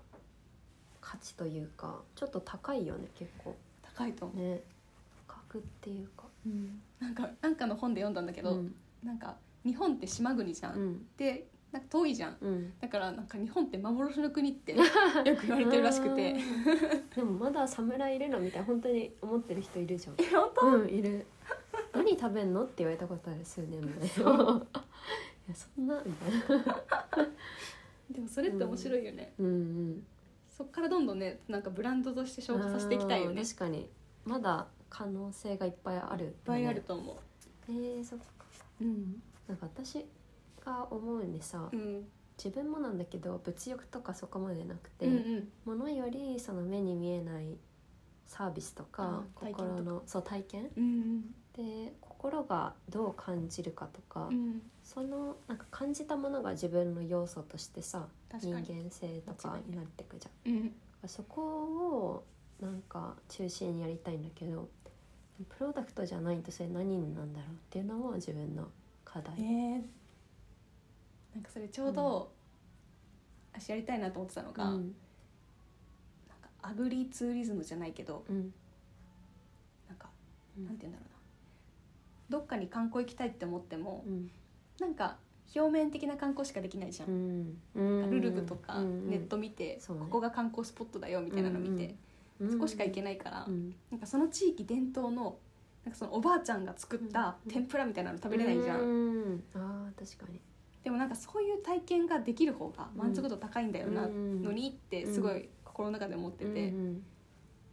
S1: 価値というかちょっと高いよね結構
S2: 高いと思う。
S1: ね格っていうか
S2: うんなんか、なんかの本で読んだんだけど、
S1: うん
S2: なんか日本って島国じゃん。
S1: うん
S2: で、なんか遠いじゃん。
S1: うん
S2: だからなんか日本って幻の国って
S1: [LAUGHS]
S2: よく言われてるらしくて
S1: あ
S2: [LAUGHS]
S1: ーでもまだ侍いるのみたいな本当に思ってる人いるじゃん
S2: え本当
S1: うんいる何食べんのって言われたことある数年前いやそんなみ [LAUGHS] たいな
S2: でもそれって面白いよね、
S1: うんうん
S2: そっからどんどんねなんかブランドとして消化させていきたいよね
S1: あ
S2: い
S1: ー
S2: っ
S1: 確かにまだ可能性がいっぱいある、
S2: ぱいあると思
S1: えー、そっか
S2: ううん、
S1: なんか私が思うにさ、
S2: うん、
S1: 自分もなんだけど物欲とかそこまでなくて、
S2: うんうん
S1: 物よりその目に見えないサービスとか
S2: あー体験
S1: 心のそう体験
S2: うん
S1: で心がどう感じるかとか、
S2: うんうん
S1: そのなんか感じたものが自分の要素としてさ
S2: 確
S1: 人
S2: かに
S1: 間性とかになってくじゃん。
S2: うん
S1: そこをなんか中心にやりたいんだけどプロダクトじゃないとそれ何になんだろうっていうのも自分の課題、
S2: ねえなんかそれちょうど、私やりたいなと思ってたの
S1: う
S2: が、
S1: ん
S2: なんかアグリツーリズムじゃないけど
S1: うん
S2: なんか
S1: うん
S2: なんて言うんだろうなどっかに観光行きたいって思っても
S1: う、ん
S2: なんか表面的な観光しかできないじゃん、
S1: うん
S2: ルルグとかネット見て、
S1: そうね
S2: ここが観光スポットだよみたいなの見て、
S1: うん
S2: そこしか行け
S1: ない
S2: ないから、
S1: うん
S2: なんかその地域伝統のなんかそのおばあちゃんが作った
S1: うん
S2: 天ぷらみたいなの食べれないじゃん、
S1: うんあー確かに
S2: でもなんかそういう体験ができる方が満足度高いんだよな
S1: うん
S2: のにってすごい心の中で思ってて、
S1: うん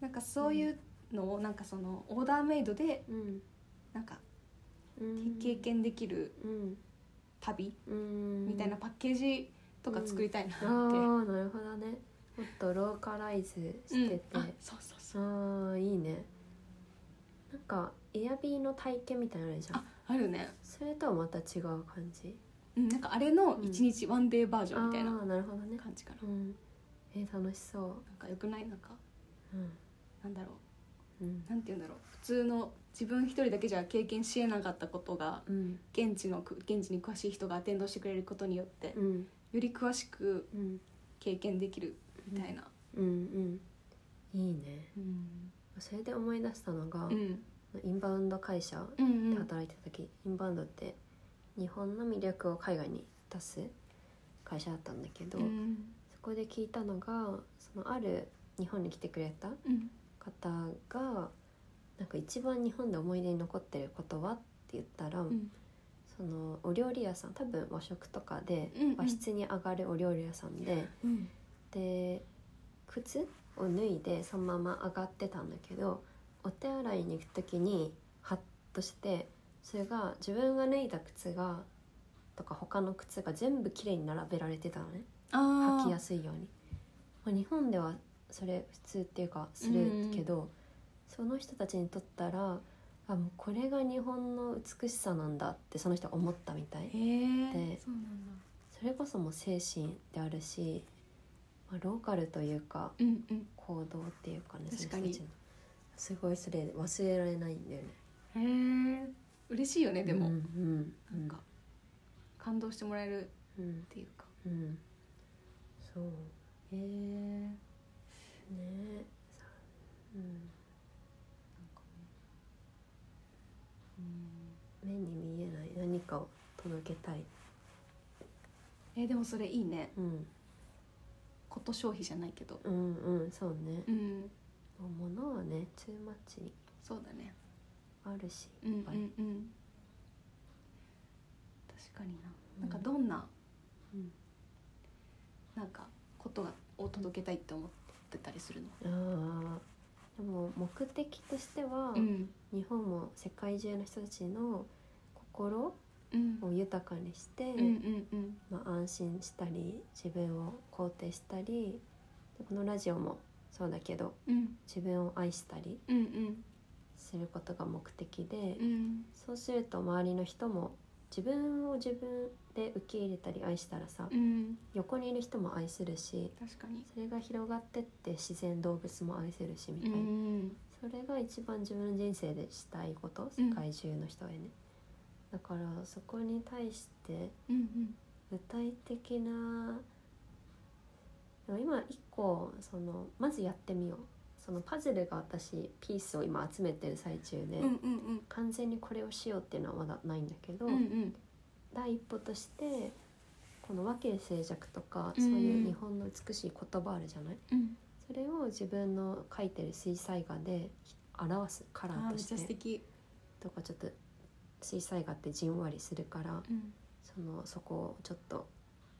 S2: なんかそういうのをなんかそのオーダーメイドで
S1: うん
S2: なんか
S1: うん
S2: 経験できる
S1: うん
S2: 旅
S1: うん
S2: みたいなパッケージとか作りたいなって、
S1: あーなるほどねもっとローカライズしてて、
S2: うんあそうそうそう
S1: あーいいねなんかエアビーの体験みたいなのあるじゃ
S2: あ
S1: ん
S2: あるね、
S1: それとはまた違う感じ
S2: うん、なんかあれの一日ワンデーバージョンみたいな
S1: ああなるほどね
S2: 感じかな、
S1: うんえー楽しそ
S2: なんかよくないなんか
S1: ううん
S2: なんだろ
S1: うん
S2: うなんて言うんだろう普通の自分一人だけじゃ経験しえなかったことが
S1: うん
S2: 現地のく現地に詳しい人がアテンドしてくれることによって
S1: うん
S2: より詳しく
S1: うん
S2: 経験できるみたいな、
S1: うんうんいいね
S2: うん
S1: それで思い出したのが、
S2: うん、
S1: インバウンド会社
S2: うんう
S1: で
S2: ん
S1: 働いてた時、インバウンドって日本の魅力を海外に出す会社だったんだけど、
S2: うん
S1: そこで聞いたのがそのある日本に来てくれた
S2: うん
S1: 方がなんか一番日本で思い出に残ってることはって言ったら、
S2: ん
S1: そのお料理屋さん多分和食とかで
S2: うんうん
S1: 和室に上がるお料理屋さんで、
S2: うん
S1: で靴を脱いでそのまま上がってたんだけどお手洗いに行く時にハッとしてそれが自分が脱いだ靴がとか他の靴が全部綺麗に並べられてたのね
S2: あ
S1: 履きや
S2: す
S1: すいようにまあ日本ではそれ普通っていうかするけど、その人たちにとったらあもうこれが日本の美しさなんだってその人は思ったみたい
S2: へえ
S1: で
S2: そうなんだ
S1: それこそもう精神であるし、まあ、ローカルというか
S2: うんうん
S1: 行動っていうかね
S2: 確か
S1: その人
S2: に
S1: たちのすごいそれ忘れられないんだよね
S2: へえ嬉しいよねでも、
S1: うんうんうん、
S2: なんか感動してもらえるっ
S1: うん
S2: ていうか
S1: うんそう
S2: へえ
S1: ねさうん、
S2: なんかねうん
S1: 目に見えない何かを届けたい
S2: えーでもそれいいね
S1: うん
S2: こと消費じゃないけど
S1: うんうんそうね
S2: うん
S1: もう物はねツーマッチに
S2: そうだね
S1: あるし
S2: うんう
S1: いっぱい
S2: んうん確かにな
S1: うん
S2: なんかどんな
S1: うん
S2: なんかことがを届けたいって思ってたりするの
S1: ああでも目的としては、
S2: うん
S1: 日本も世界中の人たちの心
S2: うん
S1: を豊かにして、
S2: うんうんうん
S1: まあ、安心したり自分を肯定したりでこのラジオもそうだけど
S2: うん
S1: 自分を愛したり
S2: うんうん
S1: することが目的で、
S2: うん
S1: そうすると周りの人も自分を自分で受け入れたり愛したらさ、
S2: うん
S1: 横にいる人も愛するし
S2: 確かに
S1: それが広がってって自然動物も愛せるしみ
S2: う
S1: たいな、
S2: ん
S1: それが一番自分の人生でしたいこと
S2: うん
S1: 世界中の人へね、だからそこに対して
S2: うんうん
S1: 具体的なでも今一個そのまずやってみようそのパズルが私ピースを今集めてる最中で、
S2: うんうんうん
S1: 完全にこれをしようっていうのはまだないんだけど、
S2: うんうん
S1: 第一歩としてこの和敬静寂とか、
S2: うん
S1: そういう日本の美しい言葉あるじゃない
S2: うん
S1: それを自分の描いてる水彩画で表すカラ
S2: あ
S1: ー
S2: ー
S1: と
S2: めっ
S1: し
S2: ちゃ素
S1: て
S2: 敵
S1: とかちょっと水彩画ってじんわりするから
S2: うん
S1: そのそこをちょっと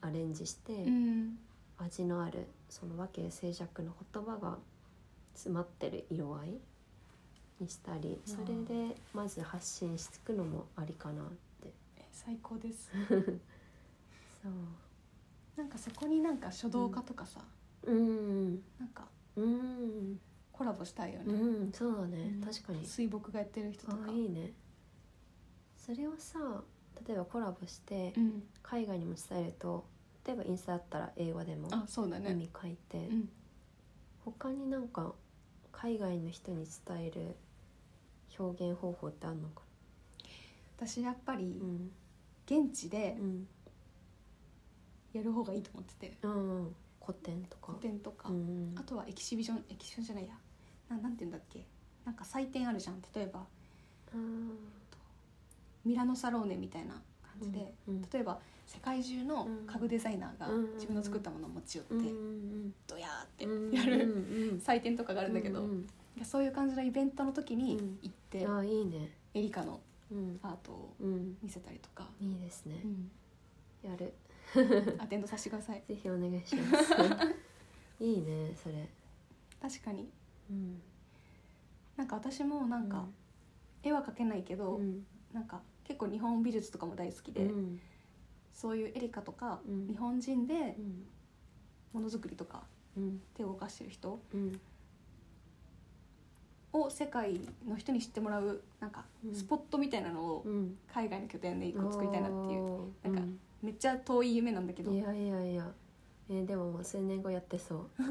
S1: アレンジして、
S2: うん
S1: 味のあるその和敬静寂の言葉が詰まってる色合いにしたり
S2: うん
S1: それでまず発信していくのもありかなって
S2: え最高です
S1: そう
S2: なんかそこになんか書道家とかさ、
S1: うん
S2: なんか
S1: うん
S2: コラボしたいよ
S1: う
S2: ね、
S1: んそうだね、
S2: うん
S1: 確かに
S2: 水墨がやってる人とか
S1: あいいねそれをさ例えばコラボして
S2: うん
S1: 海外にも伝えると例えばインスタだったら英語でも
S2: あそうだ
S1: 意
S2: ね
S1: 味書いて、
S2: うん
S1: 他になんか海外の人に伝える表現方法ってあるのか
S2: 私やっぱり
S1: な、うん
S2: 現地で
S1: うん
S2: やる方がいいと思ってて
S1: うんうん、古典とか
S2: 個展とか、
S1: うん
S2: あとはエキシビションエキシビションじゃないやななんて言うんだっけなんか祭典あるじゃん例えば
S1: うん
S2: ミラノサローネみたいな感じで、
S1: うん
S2: 例えば世界中の家具デザイナーが
S1: うん
S2: 自分の作ったものを持ち寄って、
S1: うんうん
S2: ドヤ
S1: うん
S2: ーってやる、
S1: うんうん
S2: 祭典とかがあるんだけど、
S1: うん
S2: いやそういう感じのイベントの時に
S1: うん
S2: 行っ
S1: う
S2: て、
S1: んあいいね
S2: エリカの
S1: うん
S2: アートを
S1: うん
S2: 見せたりとか、
S1: いいですね、やる
S2: アテンドさせてください
S1: ぜひお願いします
S2: [LAUGHS]
S1: いいねそれ
S2: 確かに
S1: うん
S2: なんか私もなんか、絵は描けないけど、
S1: うん
S2: なんか結構日本美術とかも大好きで、
S1: うん
S2: そういうエリカとか、
S1: うん
S2: 日本人で
S1: うん
S2: ものづくりとか
S1: うん
S2: 手を動かしてる人
S1: うん
S2: を世界の人に知ってもらうなんか
S1: うん
S2: スポットみたいなのを
S1: うん
S2: 海外の拠点で一個作りたいなっていう、
S1: おー
S2: なんかめっちゃ遠い夢なんだけ
S1: う
S2: ど
S1: んい
S2: なんか
S1: やいやいやえーでももう数年後やってそうえ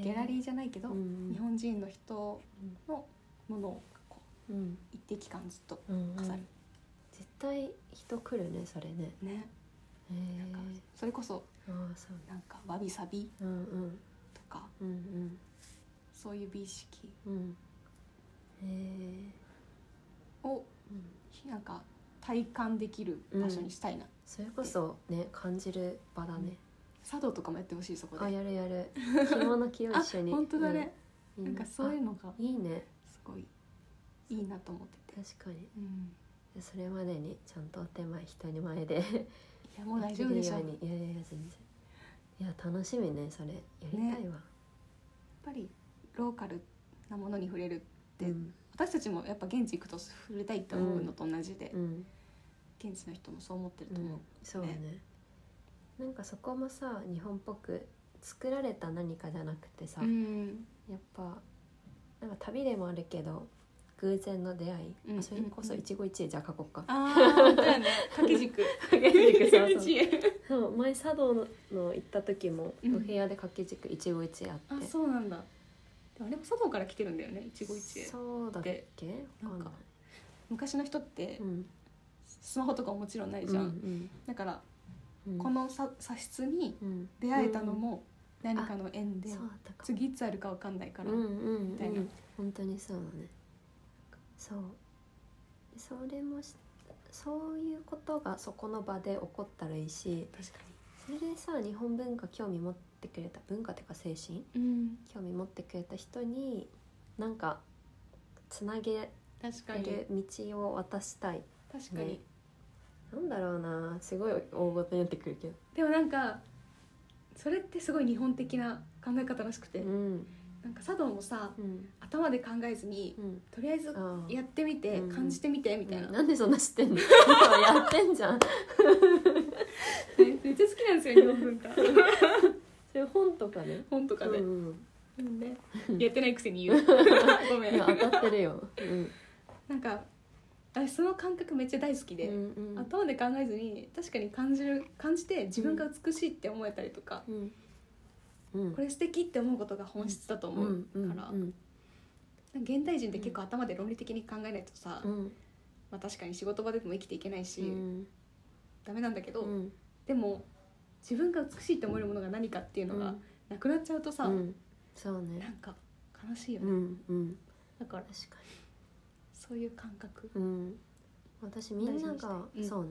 S1: ー
S2: ギャラリーじゃないけど、
S1: うん
S2: 日本人の人のものをこう
S1: うん
S2: 一定期間ずっと
S1: うんうん
S2: 飾る、
S1: 絶対人来るねそれね
S2: ね
S1: へえ
S2: なんかそれこそ
S1: ああそう
S2: なんかわびさび
S1: うんうん
S2: とか
S1: うん
S2: そういう美意識
S1: うんうんへえ
S2: を
S1: うん
S2: なんか体感できる場所にしたいな、
S1: それこそね感じる場だね
S2: 茶道とかもやってほしいそこで
S1: あ
S2: あ
S1: やるやる着物着よう一緒
S2: [LAUGHS]
S1: に
S2: 本当だね、
S1: うん
S2: なんかそういうのが
S1: あいいね
S2: すごいいいなと思ってて、
S1: 確かに
S2: うん、
S1: それまでにちゃんとお手前人に前で
S2: いやもう大丈夫でしょ
S1: き
S2: やっ
S1: るようにいやいやいや全然いや楽しみねそれやりたいわ、
S2: ぱりローカルなものに触れるで
S1: うん
S2: 私たちもやっぱ現地行くと触れたいって思うのと同じで
S1: う、ん
S2: 現地の人もそう思ってる
S1: う
S2: と思う、
S1: んそうねなんかそこもさ日本っぽく作られた何かじゃなくてさ、 [LAUGHS]
S2: うん
S1: やっぱなんか旅でもあるけど偶然の出会い、
S2: うん
S1: あそれこそ一期一会じゃあ書こうか、
S2: [LAUGHS] ああだよね掛
S1: [LAUGHS]
S2: け軸
S1: 掛け軸 [LAUGHS] そうそう
S2: 知 [LAUGHS] 恵
S1: そう前茶道のの行った時も、
S2: うん
S1: お部屋で掛け軸一期一会あって
S2: あそうなんだでもあれも佐藤から来てるんだよね一期一会
S1: そうだっけ
S2: なん
S1: わかん
S2: か
S1: ない
S2: 昔の人って
S1: うん
S2: スマホとかももちろんないじゃん、
S1: うん
S2: だから
S1: うん
S2: このさ茶室に
S1: うん
S2: 出会えたのも何かの縁で、
S1: そうだったか
S2: 次いつあるかわかんないから、
S1: うんうん
S2: みたいな
S1: うん本当にそうだねそうそれもしそういうことがそこの場で起こったらいいし
S2: 確か
S1: それでさ日本文化興味持ってくれた文化っていうか精神
S2: に、うん、
S1: 興味持ってくれた人になんかつなげ
S2: 確かに
S1: る道を渡したい
S2: 確かに、
S1: ねなんだろうなすごい大ごとになってくるけど
S2: でもなんかそれってすごい日本的な考え方らしくて、
S1: うん
S2: なんか茶道もさ
S1: うん
S2: 頭で考えずに
S1: うん
S2: とりあえず
S1: ああ
S2: やってみて
S1: うん
S2: 感じてみてみたいな、
S1: なんでそんな知って
S2: [LAUGHS]
S1: んのやってんじゃん
S2: ねめっちゃ好きなんですよ日本文化
S1: それ本とかね
S2: 本とかで、
S1: うん
S2: なんでやってないくせに
S1: [LAUGHS]
S2: 言うご
S1: う
S2: め
S1: ん、いや
S2: ん
S1: 当たってるよ、うん
S2: なんか私その感覚めっちゃ大好きで、
S1: うんうん
S2: 頭で考えずに確かに感じる感じて自分が美しいって思えたりとか、
S1: うんうん
S2: これ素敵って思うことが本質だと思う、
S1: うんうん
S2: から
S1: うん
S2: なんか現代人って結構頭で論理的に考えないとさ、
S1: うん
S2: まあ、確かに仕事場でも生きていけないし、
S1: うん
S2: ダメなんだけど、
S1: うん
S2: でも自分が美しいって思えるものが何かっていうのがなくなっちゃうとさ、
S1: うんそう
S2: な
S1: ね
S2: んか悲しいよ
S1: う
S2: ね、
S1: んうん
S2: だから
S1: 確か
S2: そういう感覚
S1: にうん私みんな
S2: 大事
S1: が、
S2: にして
S1: そうね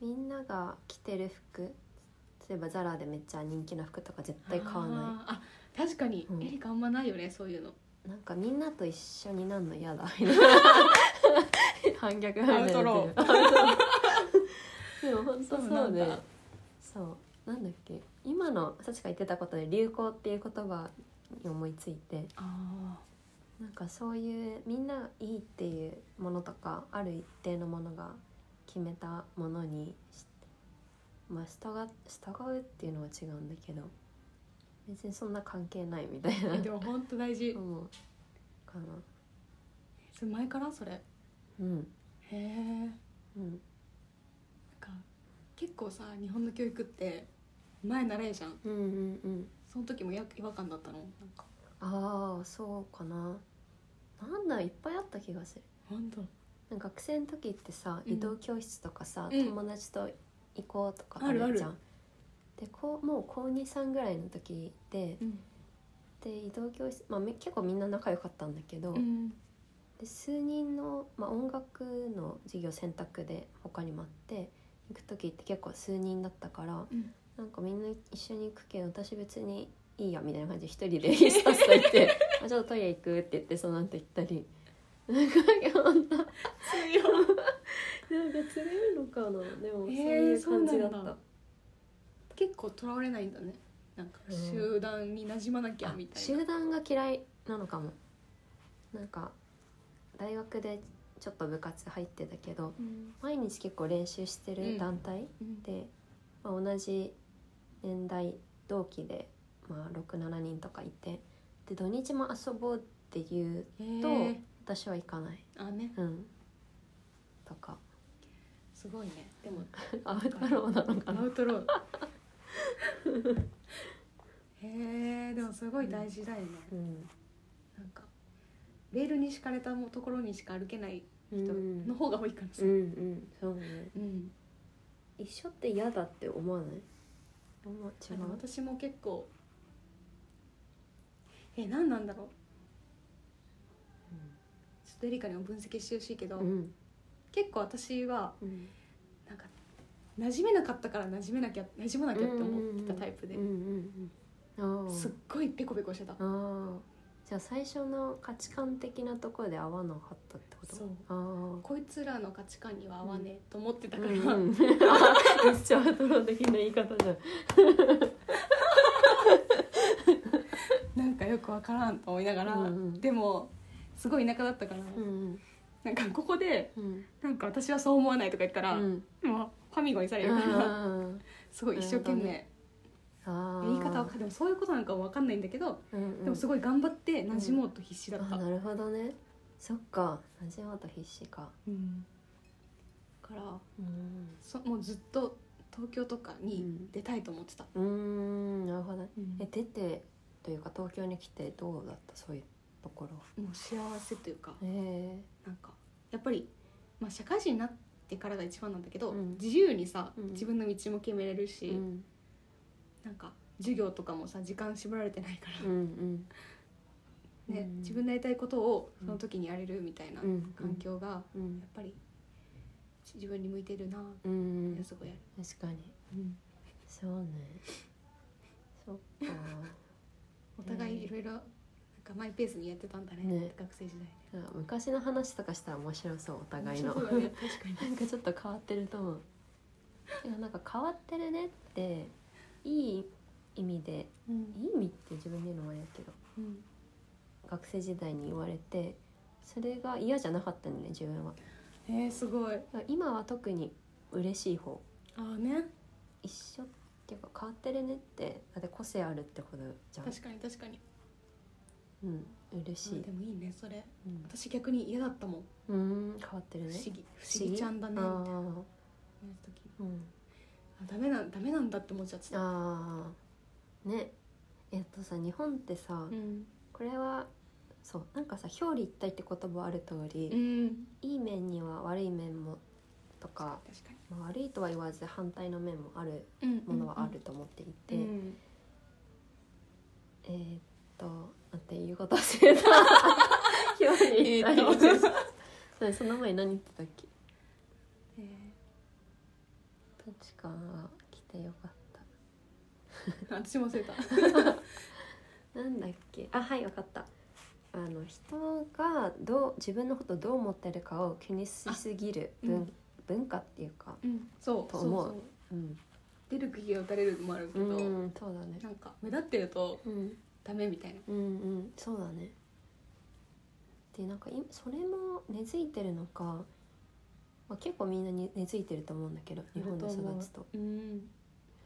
S1: みんなが着てる服例えばザラでめっちゃ人気な服とか絶対買わな
S2: あーあ確かに、
S1: うん
S2: エリカあんまないよねそういうの
S1: いなんかみんなと一緒になんの嫌だ反逆
S2: アウトロ
S1: ー [LAUGHS] でも本当そう
S2: なん
S1: ね
S2: だ
S1: そうなんだっけ今のさちが言ってたことで流行っていう言葉に思いついて
S2: あ
S1: なんかそういうみんながいいっていうものとかある一定のものが決めたものにしまあ従従うっていうのは違うんだけど別にそんな関係ないみたいな
S2: ーでも本当大事
S1: 思うかな
S2: それ前からそれへ
S1: うん
S2: え
S1: うん
S2: なんか結構さ日本の教育って前習えじゃん
S1: うんうんうん
S2: その時もや違和感だったのなんか
S1: ああそうかななんだいっぱいあった気がする
S2: 本当
S1: なんか学生の時ってさ
S2: うん
S1: 移動教室とかさ、
S2: うん
S1: 友達と行こうとか
S2: あ
S1: あ
S2: るある
S1: るじゃん。でこうもう高23ぐらいの時で
S2: うん、
S1: で移動教室、まあ、め結構みんな仲良かったんだけど、
S2: うん、
S1: で数人の、まあ、音楽の授業選択で他にもあって行く時って結構数人だったから、
S2: うん
S1: なんかみんな一緒に行くけど私別にいいやみたいな感じで一人で [LAUGHS] スタスタ行って「あちょっとトイレ行く」って言ってその後行ったり。なんか本当なんか釣れるのかなでもそう
S2: え
S1: い
S2: ー
S1: う感じだっ
S2: そうな
S1: た
S2: んだ、結構とらわれないんだねなんか
S1: うん
S2: 集団になじまなきゃ
S1: あ
S2: みたいな、
S1: 集団が嫌いなのかもなんか大学でちょっと部活入ってたけど
S2: うん
S1: 毎日結構練習して
S2: うん
S1: る団体
S2: うん
S1: で、まあ、同じ年代同期で、まあ、67人とかいてで土日も遊ぼうっていう
S2: え
S1: と
S2: ー、
S1: 私は行かない、
S2: あね
S1: うん、とか [LAUGHS]
S2: すごいねでも
S1: アウトローなの
S2: ア
S1: かな
S2: ウトロー
S1: [LAUGHS]
S2: へえでもすごい大事だよね、
S1: うん
S2: なんかレールに敷かれたところにしか歩けない人
S1: うん
S2: の方が多いから
S1: う
S2: さ、
S1: んうんそうね
S2: うん
S1: 一緒って嫌だって思わない思う違
S2: あ
S1: う
S2: の私も結構え何なんだろうちょっとエリカにも分析してほしいけど、
S1: うん
S2: 結構私は
S1: うん
S2: なんか馴染めなかったから馴染めなきゃ馴染まなきゃって思ってたタイプで、
S1: うんうんうん、あー
S2: すっごいペコペコしてた、
S1: あーじゃあ最初の価値観的なところで合わなかったってこと
S2: そう
S1: あー
S2: こいつらの価値観には合わねえと思ってた
S1: う
S2: から、
S1: んうん [LAUGHS] あーめっちゃアウトロー的な言い方じゃん
S2: なんかよくわからんと思いながら、
S1: うんうん
S2: でもすごい田舎だったから、
S1: うん
S2: なんかここで
S1: うんうん
S2: なんか私はそう思わないとか言ったら、
S1: うん
S2: もうファミゴにされるから、
S1: うん
S2: すごい一生懸命
S1: あー
S2: 言い方はでもそういうことなんかわかんないんだけど、
S1: うんうん
S2: でもすごい頑張って馴染もうと必死だった、
S1: あなるほどねそっか馴染もうと必死か
S2: うんだから
S1: うん
S2: そもうずっと東京とかに出たいと思ってた、
S1: うーんなるほどねえ
S2: え
S1: 出てというか東京に来てどうだったそういうところ
S2: もう幸せというか
S1: へえ
S2: なんかやっぱり、まあ、社会人になってからが一番なんだけど、
S1: うん
S2: 自由にさ、
S1: うん
S2: 自分の道も決めれるし、
S1: うん
S2: なんか授業とかもさ時間絞られてないか
S1: うんうん
S2: ら、ね
S1: うん
S2: 自分のやりたいことをその時にやれるみたいな
S1: うん
S2: 環境がやっ
S1: うん
S2: ぱり自分に向いてるなっ
S1: うん
S2: てすごいある、
S1: 確かにそうねそっ [LAUGHS] か
S2: お互いいろいろなんかマイペースにやってたんだね
S1: ね
S2: 学生時代
S1: 昔の話とかしたら面白そうお互いの
S2: そうだね確か
S1: [LAUGHS]
S2: に
S1: なんかちょっと変わってると思ういやなんか変わってるねっていい意味で
S2: うん
S1: いい意味って自分で言うのもあれだけど
S2: うん
S1: 学生時代に言われてそれが嫌じゃなかったのね自分は
S2: えー、すごい
S1: だから今は特に嬉しい方
S2: ああね
S1: 一緒っていうか変わってるねってだって個性あるってことじゃん
S2: 確かに確かに
S1: うん嬉しい
S2: でもいいねそれ
S1: うん
S2: 私逆に嫌だったもん
S1: うーん変わって
S2: 不
S1: るね
S2: 思議不思議ちゃんだねみたいな
S1: あー
S2: 時
S1: うん
S2: あダメなんダメなんだって思っちゃってた
S1: あーねえっとさ日本ってさ、
S2: うん
S1: これはそうなんかさ表裏一体って言葉ある通り、
S2: うん
S1: いい面には悪い面もとか、
S2: 確か
S1: まあ、悪いとは言わず反対の面もある
S2: に
S1: ものはあると思っていて、
S2: うん
S1: えーっとなんていうこと忘
S2: [LAUGHS]
S1: れた表裏一体 [LAUGHS]
S2: えーっ
S1: それその前何言ってたっけ
S2: えー
S1: どっちかが来てよかった
S2: 私も忘れた
S1: なんだっけあはいわかったあの人がどう自分のことをどう思ってるかを気にしすぎる
S2: あう
S1: 文,、
S2: ん
S1: 文化っていうか
S2: うんそう
S1: と
S2: そう
S1: 思う
S2: そう
S1: うん、
S2: 出る杭が打たれるもあるけ
S1: う
S2: ど
S1: ん、そうだね
S2: なんか目立ってると
S1: うん
S2: ダメみたいな
S1: うんうんそうだねでなんかいそれも根付いてるのか、まあ、結構みんなに根付いてると思うんだけど日本で育つと
S2: うん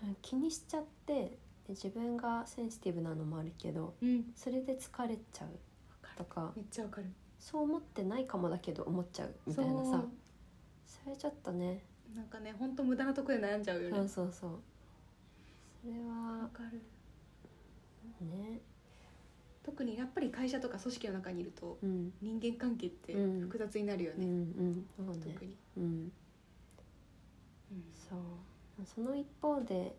S1: うん気にしちゃってで自分がセンシティブなのもあるけど
S2: うん
S1: それで疲れちゃう
S2: わか
S1: と
S2: る
S1: か
S2: めっちゃわかる
S1: そう思ってないかもだけど思っちゃうみたいなさ
S2: そう
S1: それちょっとね
S2: なんかね本当無駄なとこで悩んじゃうよ
S1: そう
S2: ね
S1: そうそうそれ
S2: わ
S1: は
S2: かる
S1: ね
S2: 特にやっぱり会社とか組織の中にいると
S1: うん
S2: 人間関係って
S1: うん
S2: 複雑になるよ
S1: うんう
S2: ね
S1: んそうね
S2: 特に
S1: うん
S2: うん
S1: そうその一方で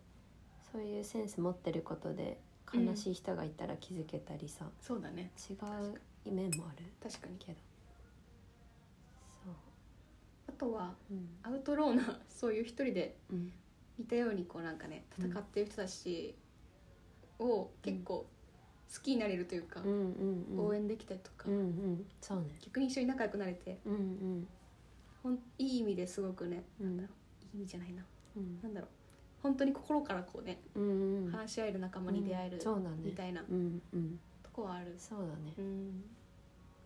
S1: そういうセンス持ってることで悲しい人がいたら気づけたりさ、
S2: そうだね
S1: 違う面もある
S2: 確かに
S1: けどそ
S2: あとは
S1: ううん
S2: アウトローな [LAUGHS] そういう一人で
S1: うん
S2: 似たようにこうなんかね戦ってる人たちを結構好きになれるというか、
S1: うんうん
S2: 応
S1: 援
S2: 援できたりとか、
S1: うんうんそうね
S2: 逆に一緒に仲良くなれて
S1: うんうん
S2: ほんいい意味ですごくね
S1: うん
S2: いい意味じゃないな
S1: うん
S2: なんだろう本当に心からこうね、
S1: うんうん
S2: 話し合える仲間に出会える、
S1: うんそうだね
S2: みたいなと
S1: うんうん
S2: こはある、
S1: そうだね
S2: うん、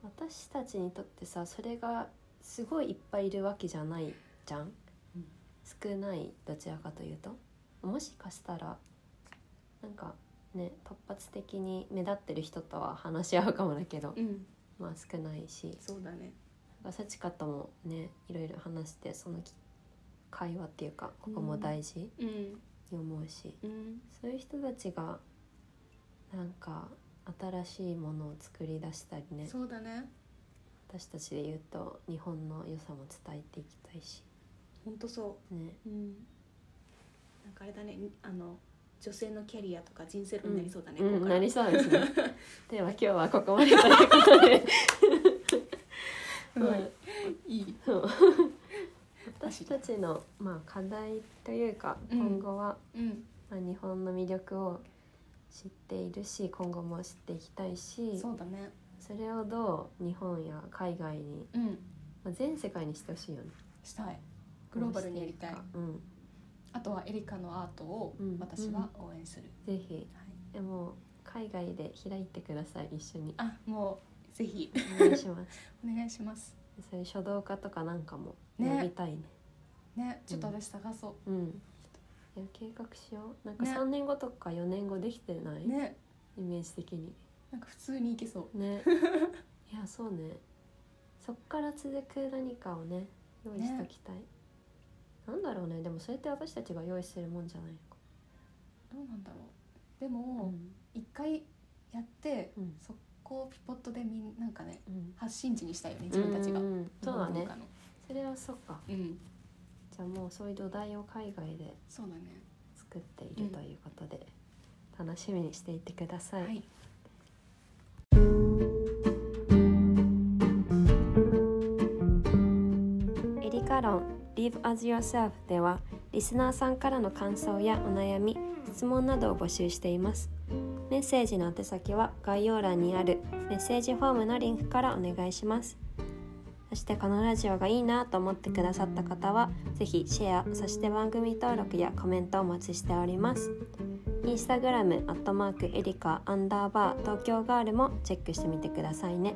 S1: 私たちにとってさそれがすごいいっぱいいるわけじゃないじゃん、
S2: うん
S1: 少ないどちらかというともしかしたらなんかね突発的に目立ってる人とは話し合うかもだけど、
S2: うん、
S1: まあ少ないし
S2: そうだね
S1: さちかともねいろいろ話してそのき会話っていうかここも大事に
S2: うん
S1: 思うし、
S2: うん
S1: そういう人たちがなんか新しいものを作り出したりね
S2: そうだね
S1: 私たちで言うと日本の良さも伝えていきたいし
S2: 本当そ
S1: ね
S2: う、うん、なんかあれだねあの女性のキャリアとか人生論になりそうだね、
S1: う
S2: こ
S1: ん
S2: こか
S1: な
S2: ら
S1: りそうですね [LAUGHS] では今日はここまでということ
S2: [LAUGHS]
S1: で
S2: うんいい
S1: そう私たちの、まあ、課題というか
S2: うん
S1: 今後は、
S2: うん
S1: まあ、日本の魅力を知っているし今後も知っていきたいし
S2: そうだね
S1: それをどう日本や海外に、
S2: うん
S1: まあ、全世界にしてほしいよね
S2: したいグローバルにやりたい
S1: どうしていくかうん
S2: あとはエリカのアートを
S1: うん
S2: 私は応援する、
S1: ぜひ
S2: はい、
S1: でも海外で開いてください一緒
S2: [LAUGHS]
S1: に
S2: あもうぜひ [LAUGHS]
S1: お願いします
S2: お願いします
S1: そういう書道家とかなんかも
S2: ね
S1: やりたいね
S2: ねちょっと私探そ
S1: うんいや計画しようなんか
S2: ね
S1: 3年後とか4年後できてない、
S2: うね
S1: イメージ的に
S2: なんか普通にいけそう [LAUGHS]
S1: ねいやそうねそっから続く何かをね用意しときたい、なんだろうねでもそれって私たちが用意するもんじゃないのか
S2: どうなんだろうでも
S1: ん
S2: 一、回やって
S1: うん
S2: そこをピポットでみんなんかね
S1: うん
S2: 発信地にしたいよね自分たちが、
S1: うんうんそうだ
S2: 日
S1: ね
S2: 本文化の
S1: それはそっか
S2: うん
S1: じゃあもうそういう土台を海外で
S2: そうだね
S1: 作っているということで、楽しみにしていてください、
S2: はい
S1: エリカ論 Live as yourself ではリスナーさんからの感想やお悩み質問などを募集していますメッセージの宛先は概要欄にあるメッセージフォームのリンクからお願いしますそしてこのラジオがいいなと思ってくださった方はぜひシェアそして番組登録やコメントをお待ちしておりますインスタグラムアットマークエリカアンダーバー東京ガールもチェックしてみてくださいね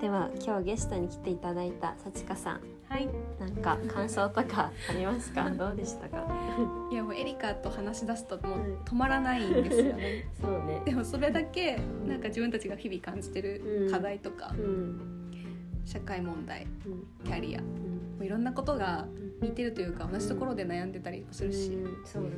S1: では今日ゲストに来ていただいたさちかさん
S2: はい
S1: なんか感想とかありますかどうでしたか
S2: いやもうエリカと話し出すとも
S1: うん
S2: う止まらないんですよね
S1: [LAUGHS] そうね
S2: でもそれだけなんか自分たちが日々感じて
S1: う
S2: る
S1: ん
S2: 課題とか
S1: うん
S2: 社会問題
S1: うん
S2: キャリアも
S1: うん
S2: ういろんなことが似てるというか同じところで悩んでたりもするし
S1: うんそうだね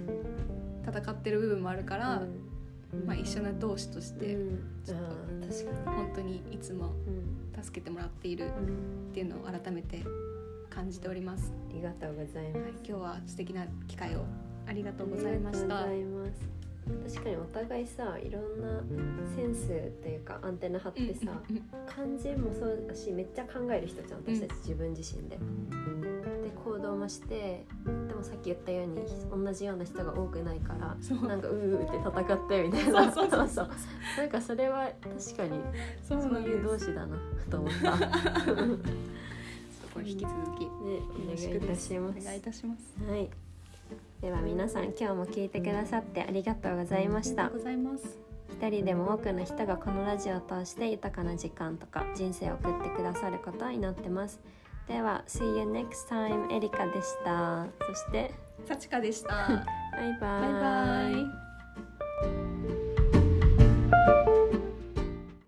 S2: 戦ってる部分もあるから、
S1: うん
S2: まあ、一緒な同志として
S1: うん
S2: ちょっと
S1: あー確かに
S2: 本当にいつも
S1: うん
S2: 助けてもらっている
S1: うん
S2: っていうのを改めて感じております、
S1: ありがとうございます
S2: はい、今日は素敵な機会をありがとうございまし
S1: あ
S2: た
S1: りがとうございます確かにお互いさいろんなセンスっていうかアンテナ張ってさ
S2: うんうん
S1: 漢字もそうだしめっちゃ考える人じゃん私たち自分自身で。で行動もしてでもさっき言ったように同じような人が多くないから
S2: うんそう
S1: なんかうーって戦ってみたいな
S2: そうそうそう
S1: そうそう [LAUGHS] なんかそれは確かに
S2: そうな
S1: そうんいう
S2: で
S1: 同
S2: す
S1: 志だなと思った。ね
S2: これ引き続き
S1: お願いいたしま
S2: お
S1: す。
S2: 願いいたします
S1: はい。では皆さん今日も聞いてくださってありがとうございまし
S2: ありが
S1: た
S2: とう。ございます
S1: 一人でも多くの人がこのラジオを通して豊かな時間とか人生を送ってくださることになってますでは See you next time エリカでしたそして [LAUGHS]
S2: さちかでした
S1: バイバ
S2: バイバイ